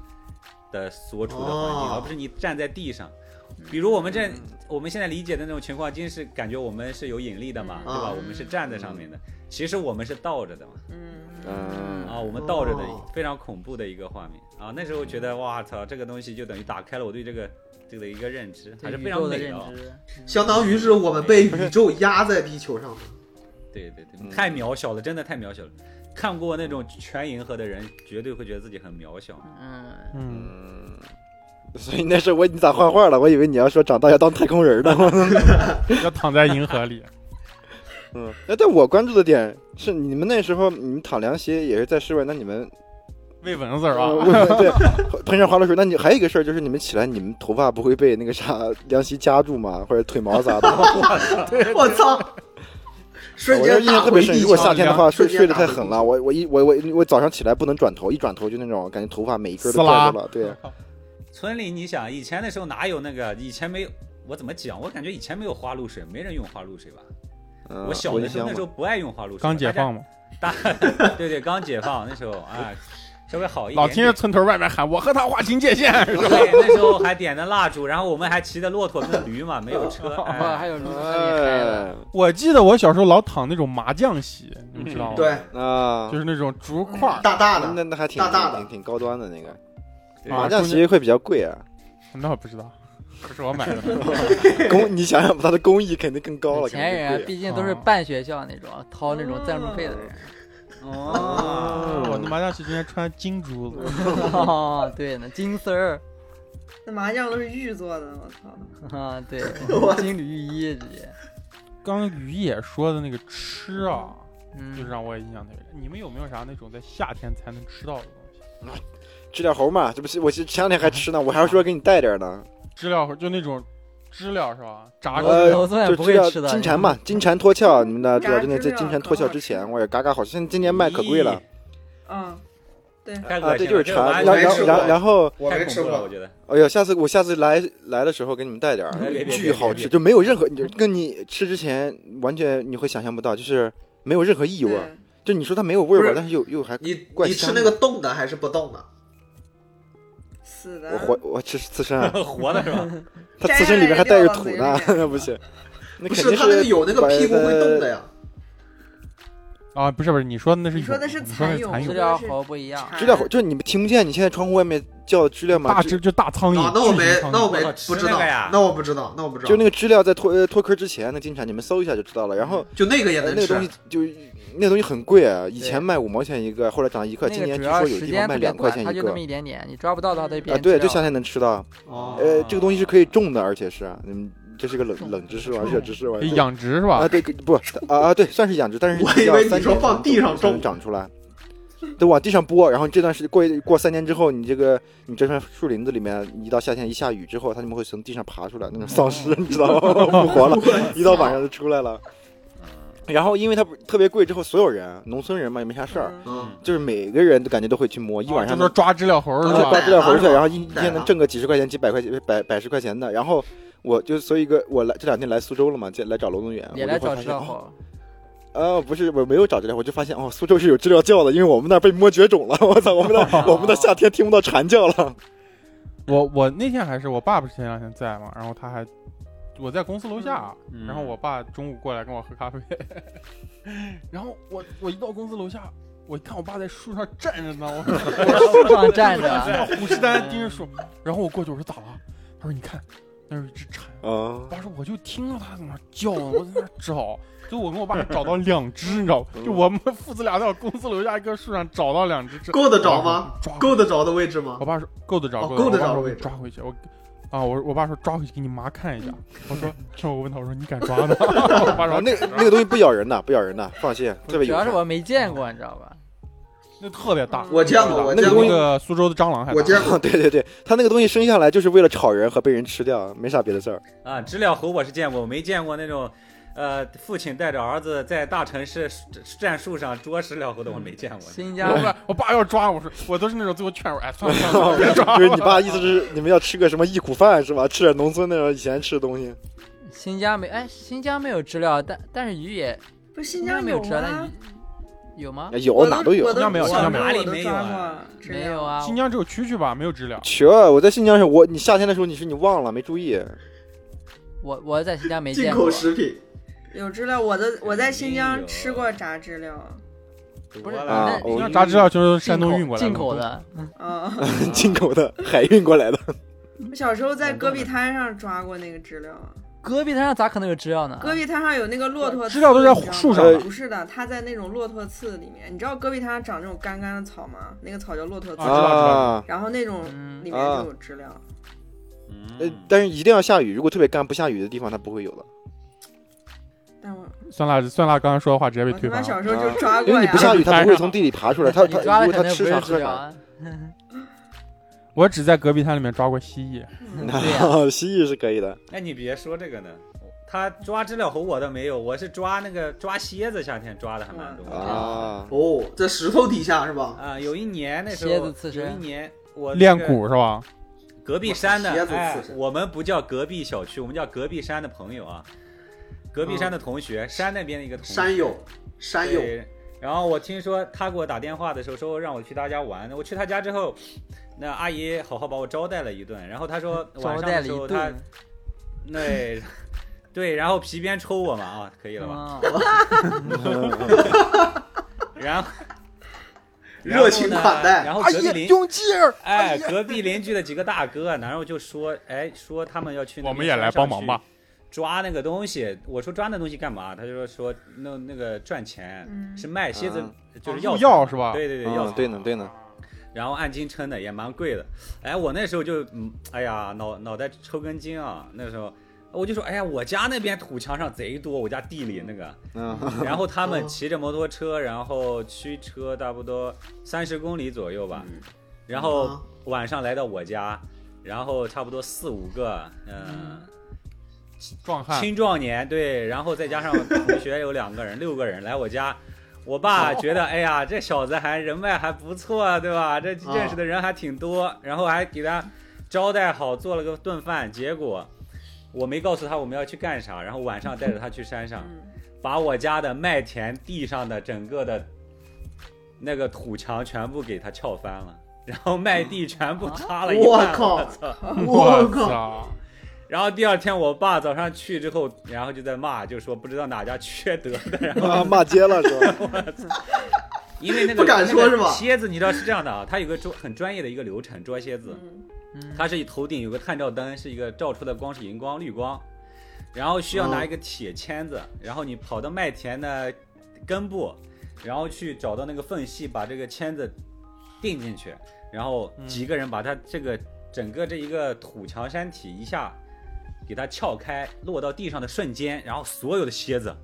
S4: 的所处的环境，
S5: 哦
S4: 而不是你站在地上。
S6: 嗯
S4: 比如我们这，我们现在理解的那种情况，就是感觉我们是有引力的嘛，
S3: 嗯
S4: 对吧？
S6: 啊
S5: 嗯
S4: 我们是站在上面的，其实我们是倒着的嘛。
S3: 嗯，
S6: 嗯，
S4: 啊，我们倒着的
S5: 哦
S4: 非常恐怖的一个画面啊！那时候觉得哇操，这个东西就等于打开了我对这个这个的一个认知，还
S2: 对
S4: 是
S2: 宇
S4: 非常
S2: 宙的
S4: 美
S2: 认
S4: 的啊。
S2: 知，
S5: 相当于是我们被宇宙压在地球 上，
S4: 对对对，
S6: 嗯
S4: 太渺小了，真的太渺小了。看过那种全银河的人，绝对会觉得自己很渺小。
S2: 嗯，
S1: 嗯，
S6: 嗯，所以那时候我你咋换话了？我以为你要说长大要当太空人呢。
S1: 要躺在银河里。
S6: 嗯，那但我关注的点是，你们那时候你们躺凉鞋也是在室外，那你们
S1: 喂蚊子儿
S6: 呃
S4: 哦
S1: 啊，
S6: 对喷上花露水，那你还有一个事儿就是你们起来，你们头发不会被那个啥凉席夹住吗？或者腿毛咋的？
S5: 我操！瞬
S6: 我就
S5: 间
S6: 印象
S5: 打
S6: 特别
S5: 回
S6: 深。
S5: 地
S6: 如果
S5: 球
S6: 夏
S5: 了，
S6: 天的话，睡
S5: 瞬间
S6: 睡得
S5: 打
S6: 太
S5: 回
S6: 狠
S5: 地
S6: 了，我我一我我我早上起来不能转头，一转头就那种感觉头发每一根都
S1: 撕拉
S6: 拽住了，对，
S4: 村里，你想以前的时候哪有那个？以前没有，我怎么讲？我感觉以前没有花露水，没人用花露水吧？
S6: 嗯
S2: 啊
S4: 我小的
S6: 印
S4: 时候
S6: 象
S4: 那时候不爱用花露水，
S1: 刚解放嘛，
S4: 大家，大对对，刚解放那时候啊，稍微好一点
S1: 老
S4: 点。
S1: 听着村头外面喊我和他划清界限。
S4: 对，那时候还点的蜡烛，然后我们还骑的骆驼跟驴嘛，没 有车。
S2: 哦，还
S4: 哎、
S2: 有如此厉害的，
S6: 哎
S1: 我记得我小时候老躺那种麻将席，你们知
S4: 嗯
S1: 道吗？，
S5: 对，
S6: 啊
S1: 就，是那种竹块儿，
S5: 大大
S6: 那
S5: 的，
S6: 那还挺
S5: 大大的
S6: 挺挺高端的那个
S4: 对
S6: 麻将
S1: 中
S6: 其实会比较贵啊。
S4: 嗯
S1: 那我不知道。不是我买的，
S6: 工你想想吧，它的工艺肯定更高了，
S2: 有钱人啊
S6: 肯定
S2: 毕竟都是办学校那种，掏那种赞助费的人。
S1: 啊我
S5: 哦
S1: 那麻将棋之前穿金珠子，
S2: 哦，对呢，金丝儿
S3: 那麻将都是玉做的，我操！
S2: 啊，对
S5: 我，
S2: 金缕玉衣直接。
S1: 刚刚于野说的那个吃啊，
S2: 嗯，
S1: 就是让我也印象特别深。你们有没有啥那种在夏天才能吃到的东西？
S6: 吃点猴嘛，这不是我前两天还吃呢，我还说给你带点呢。
S1: 知了就那种知了是吧？
S5: 哎
S1: 炸
S2: 我
S6: 呃
S1: 个
S2: 我总也
S6: 就
S2: 不
S6: 知
S2: 会
S6: 了
S2: 吃的。
S6: 金蝉嘛，金蝉脱壳，啊你们大家知道，
S3: 炸
S6: 真的在
S3: 知了
S6: 金蝉
S3: 啊可
S6: 脱壳
S3: 好
S6: 之
S3: 吃
S6: 前，我也嘎嘎好吃。现在今年卖可贵了
S3: 嗯，
S4: 太
S6: 啊，
S4: 恶
S6: 这
S4: 心了，
S6: 就是
S4: 个完
S6: 蝉。然
S5: 我没
S4: 全
S6: 然
S5: 吃
S4: 是
S5: 过
S6: 然然后，
S5: 我
S4: 太
S5: 没
S4: 恐
S5: 吃
S4: 怖了，我
S5: 过，
S4: 觉得
S6: 哎呦，下次我下次来来的时候给你们带点儿
S4: 别别别，
S6: 巨好吃，
S4: 别别
S6: 就没有任何，你就跟你吃之前完全你会想象不到，就是没有啊任何异
S3: 对
S6: 味儿。就你说它没有味儿
S5: 不
S6: 吧，
S5: 是
S6: 但是又又还
S5: 你
S6: 怪
S5: 你吃
S6: 香
S5: 那
S6: 的
S5: 个冻的还是不冻的？
S3: 死的。
S6: 我活我吃刺身啊，
S4: 活的 是吧？
S6: 它
S3: 摘
S6: 刺
S3: 下
S6: 身
S3: 来
S6: 里边还
S3: 掉
S6: 带个
S3: 到
S6: 土
S3: 嘴里
S6: 呢，
S3: 面
S6: 那 不行，那
S5: 不
S6: 肯定
S5: 它那个
S6: 是
S5: 有那个
S6: 把
S5: 屁股
S6: 它
S5: 会动的呀。
S1: 啊，不是不是，你说的那是
S3: 你说
S1: 蛹
S3: 的是
S1: 你说的
S3: 蚕蛹
S1: 蚕
S2: 知
S1: 蛹，
S2: 了猴不一样，
S6: 知了，就是你们听不见，你现在窗户外面叫知了吗
S1: 大？只就大苍蝇，，
S5: 啊那我
S1: 巨
S5: 没
S1: 型苍，
S5: 那我
S1: 蝇。
S5: 没
S4: 我吃
S5: 不知
S4: 那
S5: 道
S4: 个呀，
S5: 那我不知道，那我不知道，
S6: 就那个知了在脱呃脱壳之前，那金蝉你们搜一下就知道了。然后
S5: 就那个也
S6: 呃
S5: 能
S6: 那个
S5: 吃
S6: 东西就那个东西很贵啊，以
S2: 对
S6: 前卖五毛钱一个，后来涨一块，今
S2: 那个
S6: 年
S2: 主
S6: 据
S2: 要
S6: 说有
S2: 时
S6: 地
S2: 间
S6: 方
S2: 特
S6: 卖
S2: 别
S6: 两块
S2: 短，
S6: 钱
S2: 它
S6: 一
S2: 就
S6: 个
S2: 那么一点点，你抓不到它，它就变
S6: 啊，
S2: 成知了
S6: 对，就夏天能吃到。
S5: 哦
S6: 呃，这个东西是可以种的，而且是嗯，这是个
S2: 种
S6: 冷冷知识玩
S2: 种
S6: 意儿，知识玩意儿。
S1: 养殖是
S5: 哎
S6: 啊，
S1: 吧？
S6: 对，不啊啊，对，算是养殖，但是
S5: 我
S6: 要
S5: 以为你
S6: 三
S5: 说
S6: 年
S5: 放
S6: 才能
S5: 地
S6: 种
S5: 上
S6: 才能
S5: 种
S6: 长出来，得往地上播，然后这段时过一过三年之后，你这个你这片树林子里面，一到夏天一下雨之后，它们会从地上爬出来，那种丧尸，你知道吗？ 复活了，一到晚上就出来了。然后因为它不特别贵，之后所有人，农村人嘛也没啥事儿，
S5: 嗯，
S6: 就是每个人都感觉都会去摸，一晚上
S1: 就说抓知了猴
S5: 啊
S1: 是
S5: 就
S1: 吧？
S6: 抓知了猴去，
S5: 啊
S6: 然后一一
S5: 对
S6: 天能挣个几十块钱、几百块钱、百百十块钱的。然后我就所以一个我来这两天来苏州了嘛，就来找楼东远，我
S2: 也
S6: 就
S2: 来
S6: 会
S2: 找
S6: 发
S2: 知
S6: 现
S2: 了
S6: 哦，
S2: 猴。
S6: 呃，不是，我没有找知了，我就发现哦，苏州是有知了叫的，因为我们那儿被摸绝种了， 我操，我们那儿我们那儿夏天听不到蝉叫了。
S1: 我我那天还是我爸不是前两天在嘛，然后他还我在公司楼下，啊
S4: 嗯
S1: 然后我爸中午过来跟我喝咖啡， 然后我我一到公司楼下，我一看我爸在树上站着呢，我说
S2: 树上站
S1: 我
S2: 着，
S1: 要虎视眈
S4: 嗯
S1: 眈盯着树，然后我过去我说咋了？他说你看那儿有一只蝉，
S6: 啊
S1: 我，爸说我就听到它在那儿叫呢，我在那儿找，就我跟我爸找到两只，你知道吧？就我们父子俩在我公司楼下一棵树上找到两只，
S5: 够得着吗？
S1: 抓回
S6: 嗯
S1: 去
S5: 够得着的位置吗
S1: 我？爸说够得着，
S5: 哦够得着
S1: 我爸说
S5: 位置
S1: 抓回去。我啊，我我爸说抓回去给你妈看一下。我说，这我问他，我说你敢抓吗？我爸
S6: 然
S1: 说
S6: 后那个那个东西不咬人的，不咬人的，放心，特别
S2: 主
S6: 友
S2: 要是
S6: 善。
S2: 我没见过，你知道吧？
S1: 那特别大，
S5: 我见过，
S1: 特
S5: 我
S1: 别
S5: 见
S1: 大
S5: 过
S1: 比那，个苏州的蟑螂还大。
S5: 我见 过，
S6: 对对对，它那个东西生下来就是为了炒人和被人吃掉， 没啥别的事儿。
S4: 啊，知了猴我是见过，我没见过那种。呃，父亲带着儿子在大城市站树上捉知了猴的，我没见过。
S2: 新
S1: 我
S2: 疆
S1: 爸我爸要抓我说，我都是那种最后劝我，哎，算了算了，别抓。
S6: 就是你爸意思是你们要吃个什么忆苦饭是吧？吃点农村那种以前吃的东西。
S2: 新疆没哎，新疆没有知了，但但是鱼也
S3: 不是新疆
S2: 没有知了，但
S3: 啊
S2: 鱼？有吗？
S6: 哎有哪都有
S3: 我。
S1: 新疆没有
S3: 我
S1: 新疆
S3: 小时候
S4: 没有
S3: 我都
S4: 哪里没有
S3: 抓
S4: 啊
S3: 过知了
S2: 没有啊，
S1: 新疆只有蛐蛐吧，没有知了。
S6: 去，啊我在新疆时候，我你夏天的时候你是你忘了没 注意，
S2: 我我在新疆没
S5: 进
S2: 见
S5: 口
S2: 过。
S5: 食品，
S3: 有知了，我的我在新
S4: 没
S3: 疆
S4: 有
S3: 吃过炸知了，
S4: 不
S2: 是
S6: 啊
S1: 新
S6: 我
S1: 疆炸知了就是山东运过来
S2: 进口，的，
S3: 嗯，
S6: 进口的海运过来的。
S3: 我小时候在戈壁滩上抓过那个啊知了，
S2: 戈壁滩上咋可能有知了呢？
S3: 戈壁滩上有那个骆驼刺，
S1: 知了都在
S3: 你知道吗
S1: 树
S6: 上了
S3: 不是的，它在那种骆驼刺里面，你知道戈壁滩上长那种干干的草吗？那个草叫骆驼刺，
S1: 啊知道知啊道
S3: 然后那种
S2: 嗯
S3: 里面就有知了。
S6: 呃
S4: 嗯，
S6: 但是一定要下雨，如果特别干不下雨的地方，它不会有的。
S3: 但我
S1: 酸辣酸辣刚才说的话直接被
S3: 我他
S1: 推
S3: 妈
S1: 翻啊了。
S3: 小时候就抓
S6: 因
S3: 过
S6: 为你
S3: 呀
S6: 不，下雨，它不会从地里爬出来。它
S2: 你
S6: 它
S2: 抓
S6: 如
S2: 的肯
S6: 果它
S2: 定不
S6: 吃
S2: 是
S6: 啥
S2: 知
S6: 喝
S2: 了
S6: 啥。
S2: 啊。
S1: 我只在戈壁滩里面抓过蜥蜴，
S2: 对 呀、
S6: 蜥蜴是可以的，
S4: 哎，你别说这个呢，他抓知了猴我倒没有，我是抓那个抓蝎子，夏天抓的还蛮多
S2: 嗯
S4: 的
S6: 啊，
S5: 哦，在石头底下是
S6: 嗯
S5: 吧？
S4: 啊。有一年那时候，
S2: 蝎子刺身
S4: 有一年我那
S1: 练
S4: 个
S1: 蛊是吧？
S4: 隔壁山的，
S5: 蝎子刺
S4: 哎，
S5: 身
S4: 我们不叫隔壁小区，我们叫隔壁山的朋友啊，隔壁山的同学，山那边的一个同学
S5: 山友，山友，
S4: 对，然后我听说他给我打电话的时候说让我去他家玩，我去他家之后，那阿姨好好把我招待了一顿，然后她说晚
S2: 招
S4: 上
S2: 待
S4: 的
S2: 了
S4: 时候
S2: 一
S4: 她
S2: 顿，
S4: 对 对，然后皮鞭抽我嘛啊，可以了吧？
S2: 嗯，
S4: 然后。
S5: 热热情款待
S4: 然后
S6: 阿
S4: 隔壁
S6: 姨
S4: 邻
S6: 哎用劲儿，
S4: 哎，隔壁邻居的几个大哥，啊然后就说，哎，说他们要去那个
S1: 我们也
S4: 山
S1: 来
S4: 上
S1: 帮忙
S4: 去
S1: 吧
S4: 抓那个东西。我说抓那东西干嘛？他就说说那那个赚钱，
S3: 嗯
S4: 是卖蝎子，就是
S1: 入
S4: 药
S1: 药
S4: 材
S1: 啊是吧？
S4: 对对对，药
S6: 嗯，
S4: 材
S6: 对呢对呢，
S4: 然后按斤称的也蛮贵的。哎，我那时候就嗯，哎呀，脑脑袋抽根筋啊，那时候。我就说，哎呀，我家那边土墙上贼多，我家地里 那个，
S6: 嗯，
S4: 然后他们
S5: 哦
S4: 骑着摩托车，然后驱车差不多三十公里左右吧，
S1: 嗯
S4: 然后
S5: 啊
S4: 晚上来到我家，然后差不多四五个，嗯，
S1: 壮汉
S4: 青壮年对，然后再加上同学有两 个人，六个人来我家。我
S1: 哦
S4: 爸觉得，哎呀，这小子还人脉还不错，对吧？这
S5: 啊
S4: 认识的人还挺多，
S1: 哦
S4: 然后还给他招待好，做了个顿饭。结果我没告诉他我们要去干啥，然后晚上带着他去山上，
S1: 嗯
S4: 把我家的麦田地上的整个的那个土墙全部给他撬翻了，然
S1: 嗯
S4: 后麦地全部塌
S1: 啊
S4: 了一半。
S5: 我靠
S4: 操！
S5: 我靠，
S1: 操！
S4: 然后第二天我爸早上去之后，然后就在骂，就说不知道哪家缺德 的，然后
S6: 啊骂街了是吧？
S4: 因为那个
S5: 不敢说是吧
S4: 那个蝎子你知道是这样的啊，它有个专很专业的一个流程捉蝎
S1: 嗯
S4: 子，
S3: 嗯
S4: 它是头顶有个探照灯，是一个照出的光是荧光绿光，然后需要拿一个铁签子，然后你跑到麦田的根部，然后去找到那个缝隙，把这个签子钉进去，然后几个人把它这个整个这一个土墙山体一下给它撬开，落到地上的瞬间，然后所有的蝎子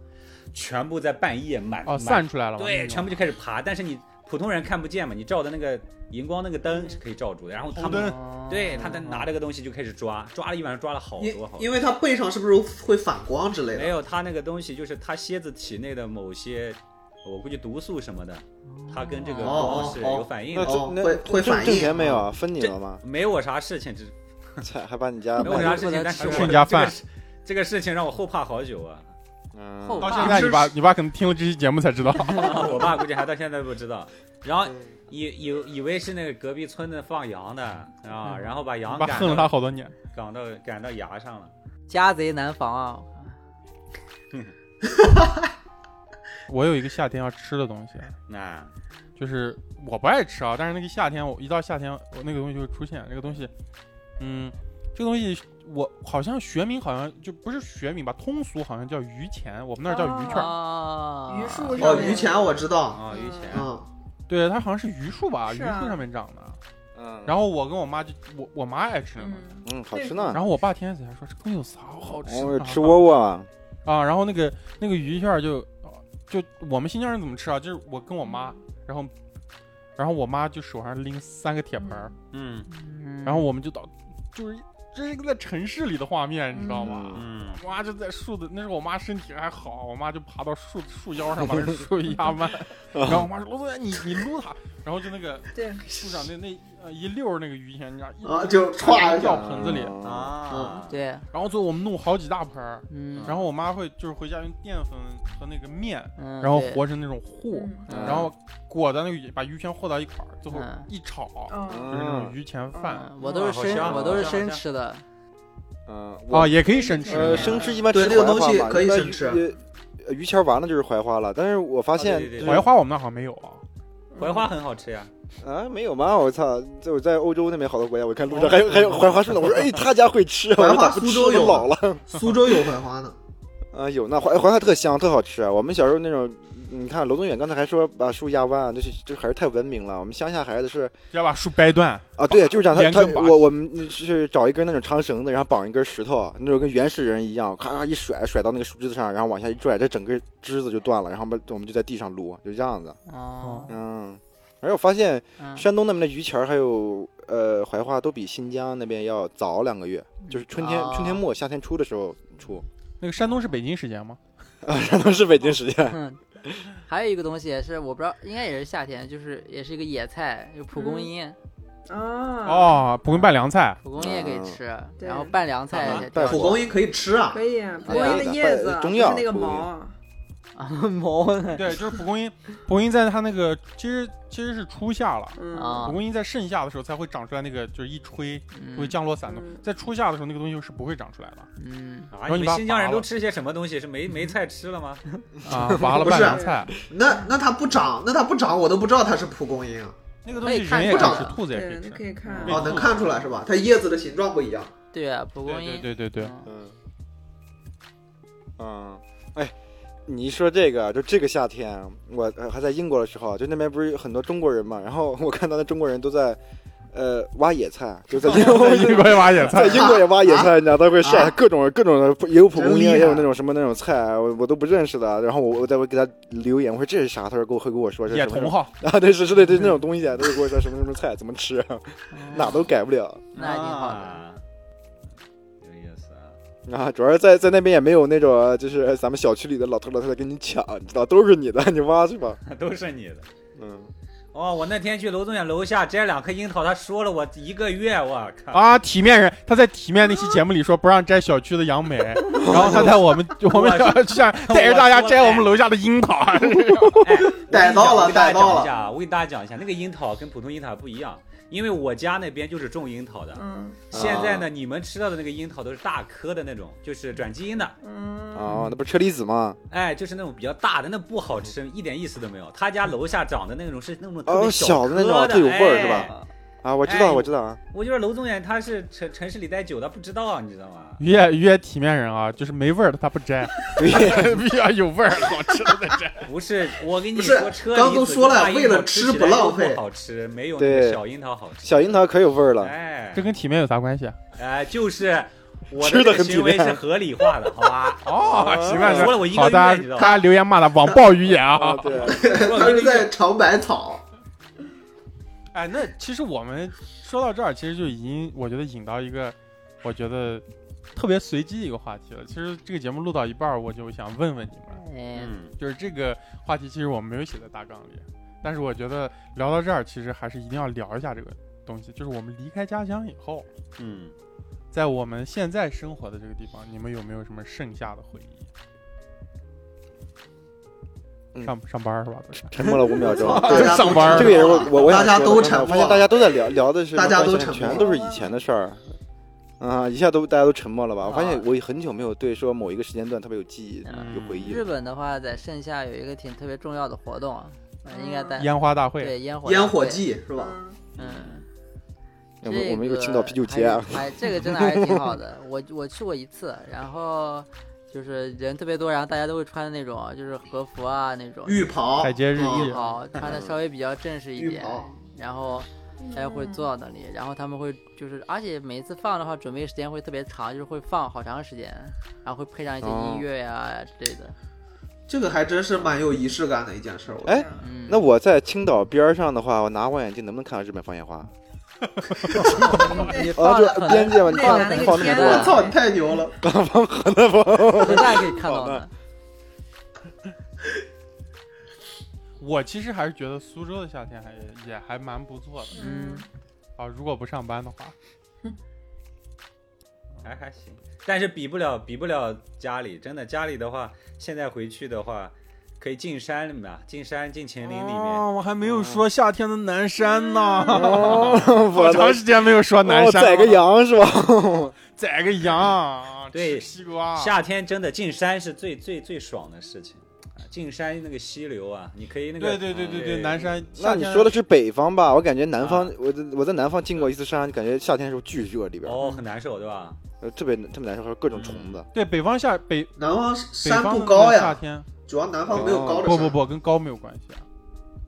S4: 全部在半夜满
S1: 哦，
S4: 满
S1: 散出来了吗，那
S4: 对，
S1: 种
S4: 全部就开始爬，但是你普通人看不见嘛，你照的那个荧光那个灯是可以照住的，然后他们。
S5: 哦
S2: 嗯
S4: 对，他在拿这个东西就开始抓，抓了一晚上，抓了好
S5: 因
S4: 多好多。
S5: 因为它背上是不是会反光之类
S4: 没
S5: 的？
S4: 有他那个东西，就是他蝎子体内的某些，我估计毒素什么的，它跟这个
S5: 哦
S4: 光
S5: 哦
S4: 是
S5: 哦
S4: 有反应
S6: 那
S4: 的。
S5: 哦
S6: 这那
S5: 会会
S6: 挣
S5: 反
S6: 挣
S5: 应
S6: 钱没有
S5: 啊
S6: 啊？分你
S4: 这
S6: 了吗？
S4: 没我啥事情，只
S6: 才还把你家
S4: 没我
S6: 卖
S4: 啥
S6: 了，
S4: 事情，但是我
S1: 顺家
S4: 这个
S1: 饭
S4: 事这个事情让我后怕好久啊！
S6: 嗯
S2: 后
S1: 到
S2: 爸
S1: 现在你爸你爸可能听了这期节目才知道，
S4: 我爸估计还到现在不知道。然后以以以为是那个隔壁村的放羊的啊，然后把羊
S1: 爸
S4: 赶
S1: 恨了
S4: 到
S1: 他好多年。
S4: 赶到赶到牙上了。
S2: 家贼难防啊！
S1: 我有一个夏天要吃的东西，
S4: 那
S1: 就是我不爱吃啊，但是那个夏天我一到夏天，我那个东西就会出现。这个东西，嗯，这个东西我好像学名好像就不是学名吧，通俗好像叫榆钱，我们那儿叫榆圈儿，
S2: 啊，
S3: 哦榆树
S5: 哦，
S3: 上面
S5: 榆钱我知道，
S4: 啊，于钱
S5: 嗯，
S1: 对，它好像是榆树吧，榆
S3: 是
S1: 树
S3: 啊
S1: 上面长的。
S6: 嗯，
S1: 然后我跟我妈就我我妈爱吃那东西，
S3: 嗯
S6: 嗯好吃呢
S1: 然，后我爸天天在那说这东西有啥好吃
S6: 我
S1: 的？
S6: 吃窝窝，
S1: 啊，然后那个那个鱼馅儿就就我们新疆人怎么吃啊？就是我跟我妈，然后然后我妈就手上拎三个铁盆儿，
S4: 嗯
S2: 嗯
S1: 然后我们就到就是这是一个在城市里的画面，你知道吗？
S4: 嗯，
S1: 我妈就在树的，那时候我妈身体还好，我妈就爬到树树腰上把那树压弯，然后我妈说：“罗总，你你撸它。”然后就那个
S3: 对，
S1: 树上那那呃一溜儿那个鱼线，你知道一
S5: 啊就歘一
S1: 掉
S5: 下，
S1: 盆子里，
S6: 嗯
S4: 啊，
S2: 对，
S1: 然后最后我们弄好几大盆儿，
S2: 嗯，
S1: 然后我妈会就是回家用淀粉和那个面，
S2: 嗯
S1: 然后
S2: 对
S1: 和成那种糊，
S3: 嗯
S6: 嗯
S1: 然后裹在那个鱼把鱼全和到一块儿，最后
S2: 嗯
S1: 一炒，
S3: 哦，
S5: 啊
S1: 就是那种
S6: 嗯
S1: 鱼钱饭
S2: 嗯我都是
S4: 好
S2: 生
S4: 香，啊
S2: 我都是
S4: 好
S2: 生
S4: 香
S2: 吃的，
S6: 嗯，
S1: 啊，
S6: 我
S1: 也可以生吃。
S6: 呃生吃一般
S5: 对
S6: 吃
S5: 这个
S6: 槐花
S5: 东西
S6: 嘛
S5: 可以
S6: 一般
S5: 生
S6: 鱼
S5: 吃
S6: 呃榆钱完了就是槐花了，但是我发现
S4: 对对对
S1: 槐花我们那好像没有啊，
S4: 槐花很好吃呀。
S6: 啊，没有吗？我操！就我在欧洲那边好多国家，我看路上还有还 有槐花树呢。我说，哎，他家会 吃，
S5: 槐花
S6: 我咋不吃？
S5: 苏州有
S6: 我老了。
S5: 苏州有槐花呢，
S6: 啊，有那槐槐花特香，特好吃。啊我们小时候那种，你看罗宗远刚才还说把树压弯，这是这还是太文明了。我们乡下孩子是
S1: 直接把树掰断，
S6: 啊，对，就是这样。他
S1: 连
S6: 他
S1: 根拔
S6: 我我们是找一根那种长绳子，然后绑一根石头，那种跟原始人一样，咔咔一甩，甩到那个树枝子上，然后往下一拽，这整个枝子就断了，然后我们我们就在地上撸，就这样子。
S2: 哦，
S6: 嗯，而且我发现
S2: 嗯
S6: 山东那边的榆钱儿还有呃槐花都比新疆那边要早两个月，就是春天、
S2: 哦
S6: 春天末夏天初的时候出。
S1: 那个山东是北京时间吗？
S6: 啊，山东是北京时间。
S2: 嗯，还有一个东西也是我不知道，应该也是夏天，就是也是一个野菜，就蒲
S4: 嗯
S2: 公英，嗯
S3: 啊，
S1: 哦，不跟拌凉菜，
S2: 蒲公英也可以吃，
S4: 哦
S3: 对
S2: 然后拌凉菜
S4: 啊
S2: 也
S6: 拌
S2: 挺
S5: 蒲
S2: 好
S5: 公英可以吃啊
S3: 可，以，蒲公英的叶
S1: 哎
S3: 子，
S6: 中药
S3: 就是那个
S6: 蒲公英
S3: 毛，
S2: 啊 毛呢
S1: 对，就是蒲公英，蒲公英在它那个其实其实是初夏了，
S3: 嗯，
S2: 啊
S1: 蒲，公英在盛夏的时候才会长出来，那个就是一吹
S2: 嗯
S1: 会降落伞的
S3: 嗯，
S1: 在初夏的时候那个东西是不会长出 来的
S2: 嗯，
S4: 啊
S1: 然，后
S4: 你
S1: 你
S4: 们
S1: 把
S4: 新疆人
S1: 拔
S4: 都
S1: 了
S4: 吃些什么东西？是没没菜吃了吗？
S1: 啊，拔了拌凉菜，
S5: 那那它不长，那它不长，我都不知道它是蒲公英，
S1: 那个东西
S2: 可以看
S1: 人也
S5: 出
S1: 可以
S5: 来
S1: 吃，兔子也可
S3: 对，
S1: 以
S3: 你
S1: 吃。
S2: 嗯
S3: 可以看
S1: 对
S5: 哦，能看出来是吧？它叶子的形状不一样。
S2: 对啊，蒲公
S1: 对
S2: 英，
S1: 对对对对，
S2: 嗯
S6: 嗯，嗯，哎，你一说这个，就这个夏天，我呃还在英国的时候，就那边不是有很多中国人嘛，然后我看到那中国人都在，呃，挖野菜，就在 英国
S1: 英国也挖野菜
S6: 在，英国也挖野菜，你知道，他会晒
S5: 啊
S6: 各种各种的，也有蒲公英，
S5: 真厉害
S6: 也有那种什么那种菜，我我都不认识的。然后我我再会给他留言，我说这是啥？他说给我会跟我说这是
S1: 野
S6: 什么什
S1: 茼
S6: 么
S1: 蒿。
S6: 啊，对是是的，对那种东西啊，他就跟我说什么什么菜怎么吃，啊哪都改不了
S2: 嗯那挺好的。
S4: 啊有意思啊！
S6: 啊。主要是在在那边也没有那种啊就是咱们小区里的老头老太太跟你抢，你知道都是你的，你挖去吧。
S4: 都是你的。
S6: 嗯，
S4: 哦，我那天去楼中远楼下摘两颗樱桃，他说了我一个月，我 靠！
S1: 啊，体面人，他在体面那期节目里说不让摘小区的 杨梅，然后他在我们我们
S4: 我
S1: 这样带着大家摘我们楼下的樱 桃，
S5: 逮到
S4: 哎
S5: 了
S4: 我跟大家
S5: 逮到了
S4: 讲一下啊，我给大家讲一下，那个樱桃跟普通樱桃不一样，因为我家那边就是种樱桃的。
S6: 啊
S3: 嗯
S4: 现在呢，你们吃到的那个樱桃都是大颗的那种，就是转基因的，
S3: 嗯，
S6: 哦，那不是车厘子吗？
S4: 哎，就是那种比较大的，那不好吃，一点意思都没有。他家楼下长的那种是那种特
S6: 哦
S4: 别
S6: 小的
S4: 颗
S6: 那种
S4: 的
S6: 特有味儿是
S4: 哎
S6: 吧啊，我知
S4: 哎
S6: 道，我知道啊。
S4: 我就是楼中远，他是城城市里待久了，不知道，你知道吗？
S1: 越越体面人啊，就是没味儿的他不 摘， 必须要有味儿好吃的再摘。
S4: 不 是，我跟你
S5: 不是
S4: 说，车
S5: 刚
S4: 厘
S5: 都
S4: 子
S5: 说
S4: 跟
S5: 了
S4: 大樱
S5: 为了
S4: 桃
S5: 吃
S4: 起
S5: 不
S4: 来
S5: 浪
S4: 都
S5: 费
S4: 好吃没有那个
S6: 对
S4: 小樱桃好吃。
S6: 小樱桃可有味儿了，
S4: 哎，
S1: 这跟体面有啥关系啊？
S4: 哎，就是我
S6: 吃
S4: 的
S6: 得
S4: 这个
S6: 很体
S4: 行为
S6: 面
S4: 是合理化的，好吧？
S1: 哦，体面人
S4: 啊说了我一个
S1: 好，大家
S4: 月，你知道哦
S1: 大
S4: 吗？
S1: 家留言骂他网暴语言啊
S6: 啊，！对，
S4: 我
S5: 它
S4: 跟
S5: 是
S4: 你
S5: 在尝百草。
S1: 哎，那其实我们说到这儿，其实就已经我觉得引到一个我觉得特别随机的一个话题了。其实这个节目录到一半儿，我就想问问你们。
S2: 哎，
S4: 嗯，
S1: 就是这个话题，其实我们没有写在大纲里，但是我觉得聊到这儿，其实还是一定要聊一下这个东西，就是我们离开家乡以后，
S4: 嗯，
S1: 在我们现在生活的这个地方，你们有没有什么剩下的回忆？
S6: 嗯
S1: 上上班儿是吧？都是
S6: 沉默了五秒钟。
S5: 大
S6: 对
S5: 家都
S1: 上班儿
S6: 这个也是
S2: 啊
S6: 我我我想
S5: 大家
S6: 说的
S5: 都
S6: 真的
S5: 沉
S6: 我发
S5: 默
S6: 现
S5: 了
S6: 大家都在聊聊的是
S5: 大家
S6: 关于
S5: 都
S6: 现在
S5: 沉默
S6: 全都是以前的事儿，啊，一下都大家都沉默了吧？我发现
S2: 啊
S6: 我很久没有对说某一个时间段特别有记忆、
S2: 嗯
S6: 有回忆
S2: 日
S6: 了。
S2: 本的话，在盛夏有一个挺特别重要的活动啊，嗯应该在
S1: 烟花大会，
S2: 对烟火
S5: 烟火
S2: 大会，
S5: 季是
S1: 啊
S5: 吧？
S3: 嗯
S2: 嗯。
S6: 我们
S2: 这
S6: 我们一
S2: 个
S6: 个青岛啤酒节啊，
S2: 还是哎，这个真的还是挺好 的。我我去过一次，然后就是人特别多，然后大家都会穿那种就是和服啊那种
S5: 浴袍，
S1: 海街日
S5: 嗯
S1: 记
S2: 浴袍，穿的稍微比较正式一
S5: 浴
S2: 点，
S5: 袍，
S2: 然后大家会坐到那里，然后他们会就是，而且每一次放的话，准备时间会特别长，就是会放好长时间，然后会配上一些
S6: 哦
S2: 音乐呀、之类的。
S5: 这个还真是蛮有仪式感的一件事儿。我觉得
S6: 哎，
S2: 嗯，
S6: 那我在青岛边儿上的话，我拿望远镜能不能看到日本放烟花？
S2: 你
S6: 啊，
S2: 放了
S6: 这
S2: 很
S6: 边界嘛，你
S3: 那
S6: 放
S3: 个
S6: 放那么
S3: 天
S6: 多
S3: 啊
S5: 我
S6: 啊，
S5: 操，你太牛了！
S2: 多大可以看到的。
S1: 我其实还是觉得苏州的夏天还也还蛮不错的
S2: 嗯，
S1: 啊。如果不上班的话，
S4: 还还行，但是比不了比不了家里，真的家里的话，现在回去的话，可以进山里面啊，进山进秦岭里
S5: 哦
S4: 面。，
S1: 哦我还没有说夏天的南山呢，
S6: 哦
S1: 好
S6: 我
S1: 长时间没有说南
S6: 哦
S1: 山了，
S6: 宰个羊是吧？
S1: 宰个羊，
S4: 对
S1: 吃西瓜，
S4: 夏天真的进山是最最最爽的事情，啊进山那个溪流啊，你可以那个
S1: 对对对对对，
S4: 嗯
S1: 南山。
S6: 那你
S1: 夏天
S6: 说的是北方吧？我感觉南方
S4: 啊，
S6: 我在我在南方进过一次山，感觉夏天的时候巨热里边儿，
S4: 哦很难受对吧？
S6: 呃特别特别难受，还有各种虫子。
S1: 对，北方夏北
S5: 南方
S1: 北
S5: 山
S1: 方
S5: 不
S1: 的
S5: 高
S1: 夏
S5: 呀，
S1: 天
S5: 主要南方没
S6: 哦
S5: 有高的
S1: 不
S5: 山。
S1: 不，不，跟高没有关系啊。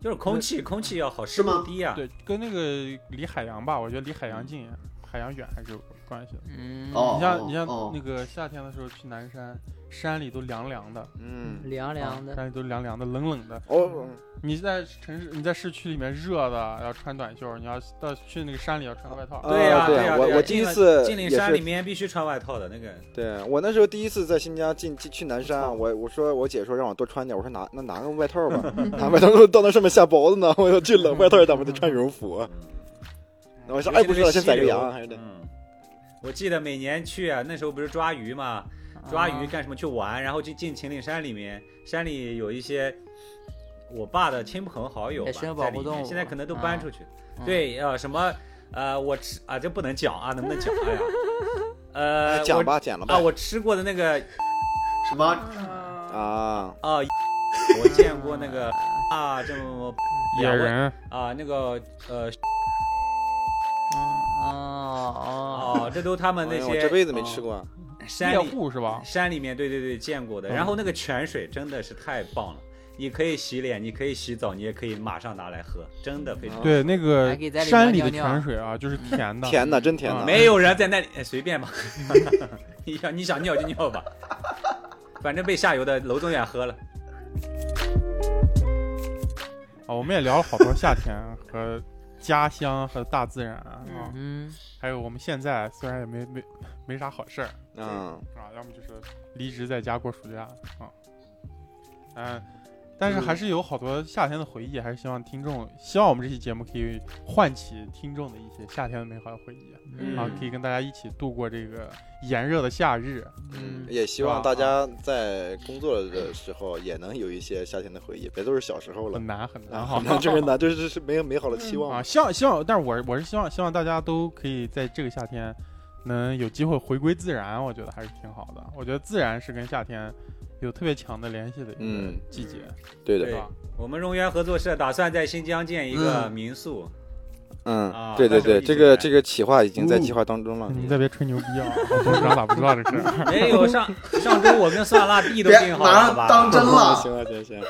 S4: 就是空气空气要好，
S5: 嗯是吗
S4: 湿度低啊。
S1: 对，跟那个离海洋吧，我觉得离海洋近、海洋远还是有关系的。
S2: 嗯，
S5: 哦
S1: 你像你像
S5: 哦
S1: 那个夏天的时候去南山，山里都凉凉的，
S6: 嗯，
S2: 凉凉
S1: 啊
S4: 哦
S2: 的，
S1: 山里都凉凉的、冷冷的。
S6: 哦，
S1: 你在城市，你在市区里面热的要穿短袖，你要到去那个山里要穿外套。
S4: 呀、
S6: 啊对
S4: 呀、
S6: 啊
S4: 对
S6: 我
S4: 呀
S6: 我
S4: 进
S6: 第一
S4: 了
S6: 次
S4: 进岭
S6: 也
S4: 山
S6: 是
S4: 里面必须穿外套的那个，嗯
S6: 对我那时候第一次在新疆进进去南山啊，我我说我姐说让我多穿点，我说拿那拿个外套 吧，拿外套都到那上面下雹子呢，我说这冷外套也打不得穿羽绒服。 然后我说哎
S4: 尤其
S6: 不
S4: 那
S6: 是了，先
S4: 溪
S6: 宰个
S4: 流
S6: 羊还是得。
S4: 嗯，我记得每年去啊，那时候不是抓鱼嘛，
S2: 嗯
S6: 啊
S4: 抓鱼干什么？去玩，然后就进秦岭山里面，山里有一些我爸的亲朋好友吧，
S2: 野
S4: 在
S2: 生
S4: 里
S2: 保护
S4: 面
S2: 动物
S4: 现在可能都搬出去。
S2: 嗯
S4: 对，呃，什么呃，我吃啊，这不能讲啊，能不能讲？ 哎呀，呃，
S6: 讲
S4: 我
S6: 吧，剪了吧
S4: 啊，我吃过的那个哦
S5: 什么
S3: 啊
S6: 啊，
S4: 啊，我见过那个啊，这么
S1: 野人，
S4: 啊，那个呃
S2: 哦哦，
S4: 哦，这都他们
S6: 哎
S4: 那
S6: 呀我
S4: 些啊
S6: 这辈子没吃过，
S1: 猎
S4: 山里
S1: 户是吧？
S4: 山里面，对对对，见过的。然后那个泉水真的是太棒了，你可以洗脸，你可以洗澡，你也可以马上拿来喝，真的非常。
S1: 对，那个
S2: 还可以在里面
S1: 山里的
S2: 尿尿
S1: 泉水啊，就是甜的，
S6: 甜的真甜的，
S1: 啊
S4: 没有人在那里，哎随便吧， 你想你想尿就尿吧，反正被下游的楼宗远喝了。
S1: 啊。我们也聊了好多夏天和家乡和大自然啊，
S4: 哦
S2: 嗯，
S1: 还有我们现在虽然也没没没啥好事儿
S6: 嗯，
S1: 啊，要么就是离职在家过暑假啊，嗯。但是还是有好多夏天的回忆，还是希望听众，希望我们这期节目可以唤起听众的一些夏天的美好的回忆、
S2: 嗯
S1: 啊，可以跟大家一起度过这个炎热的夏日。
S6: 嗯，也希
S4: 啊
S6: 望大家在工作的时候也能有一些夏天的回忆，别都是小时候
S4: 嗯
S6: 了
S1: 很。难很难
S6: 啊，
S1: 哈
S6: 好，难，这个难，这是是没有美好的期望
S1: 啊，。希望希望，但是我是我是希望希望大家都可以在这个夏天能有机会回归自然，我觉得还是挺好的。我觉得自然是跟夏天有特别强的联系的一个
S6: 嗯
S1: 季节，
S6: 对
S1: 对
S6: 的，
S1: 吧？
S4: 我们荣源合作社打算在新疆建一个
S5: 嗯
S4: 民宿，
S6: 嗯
S4: 啊，
S6: 对对
S4: 那是
S6: 对，
S4: 一
S6: 这
S4: 起
S6: 个
S4: 来
S6: 这个企划已嗯经在计划当中了
S4: 嗯
S1: 你。们再别吹牛逼啊！董事长咋不知道这事儿？
S4: 没有上上周我跟算辣 B 都
S5: 别
S4: 定好
S5: 拿
S4: 了，好
S5: 着
S4: 吧？
S5: 当真了。
S6: 哦行了行行，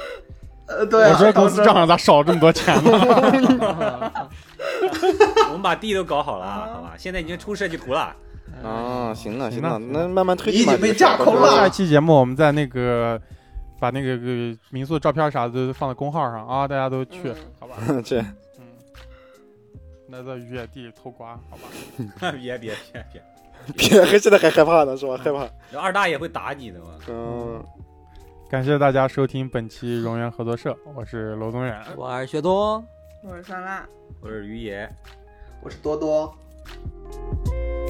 S5: 呃，对啊，
S1: 我说公司
S5: 当真
S1: 账上咋少这么多钱呢？
S4: 我们把地都搞好了，啊好吧？现在已经出设计图了。
S6: 啊，行了
S1: 行
S6: 行
S1: 了
S6: 了，
S1: 行
S6: 那慢慢推
S5: 你
S6: 进
S5: 已
S6: 吧。
S5: 经被
S6: 这个事儿
S5: 架
S6: 到
S5: 空
S6: 时候
S5: 了
S1: 下一 期节目我们在那个把那个呃民宿的照片啥的都放在公号上啊，大家都去，
S3: 嗯
S1: 好吧？
S6: 这
S1: 嗯，那在野地偷瓜，好吧？
S4: 别别别别，
S6: 别还现在还害怕呢是吧？害怕。
S4: 这二大爷会打你的嘛？
S6: 嗯，
S1: 感谢大家收听本期荣源合作社，我是娄宗远，
S2: 我是学东。
S3: 我是酸辣。
S4: 我是于爷。
S5: 我是多多。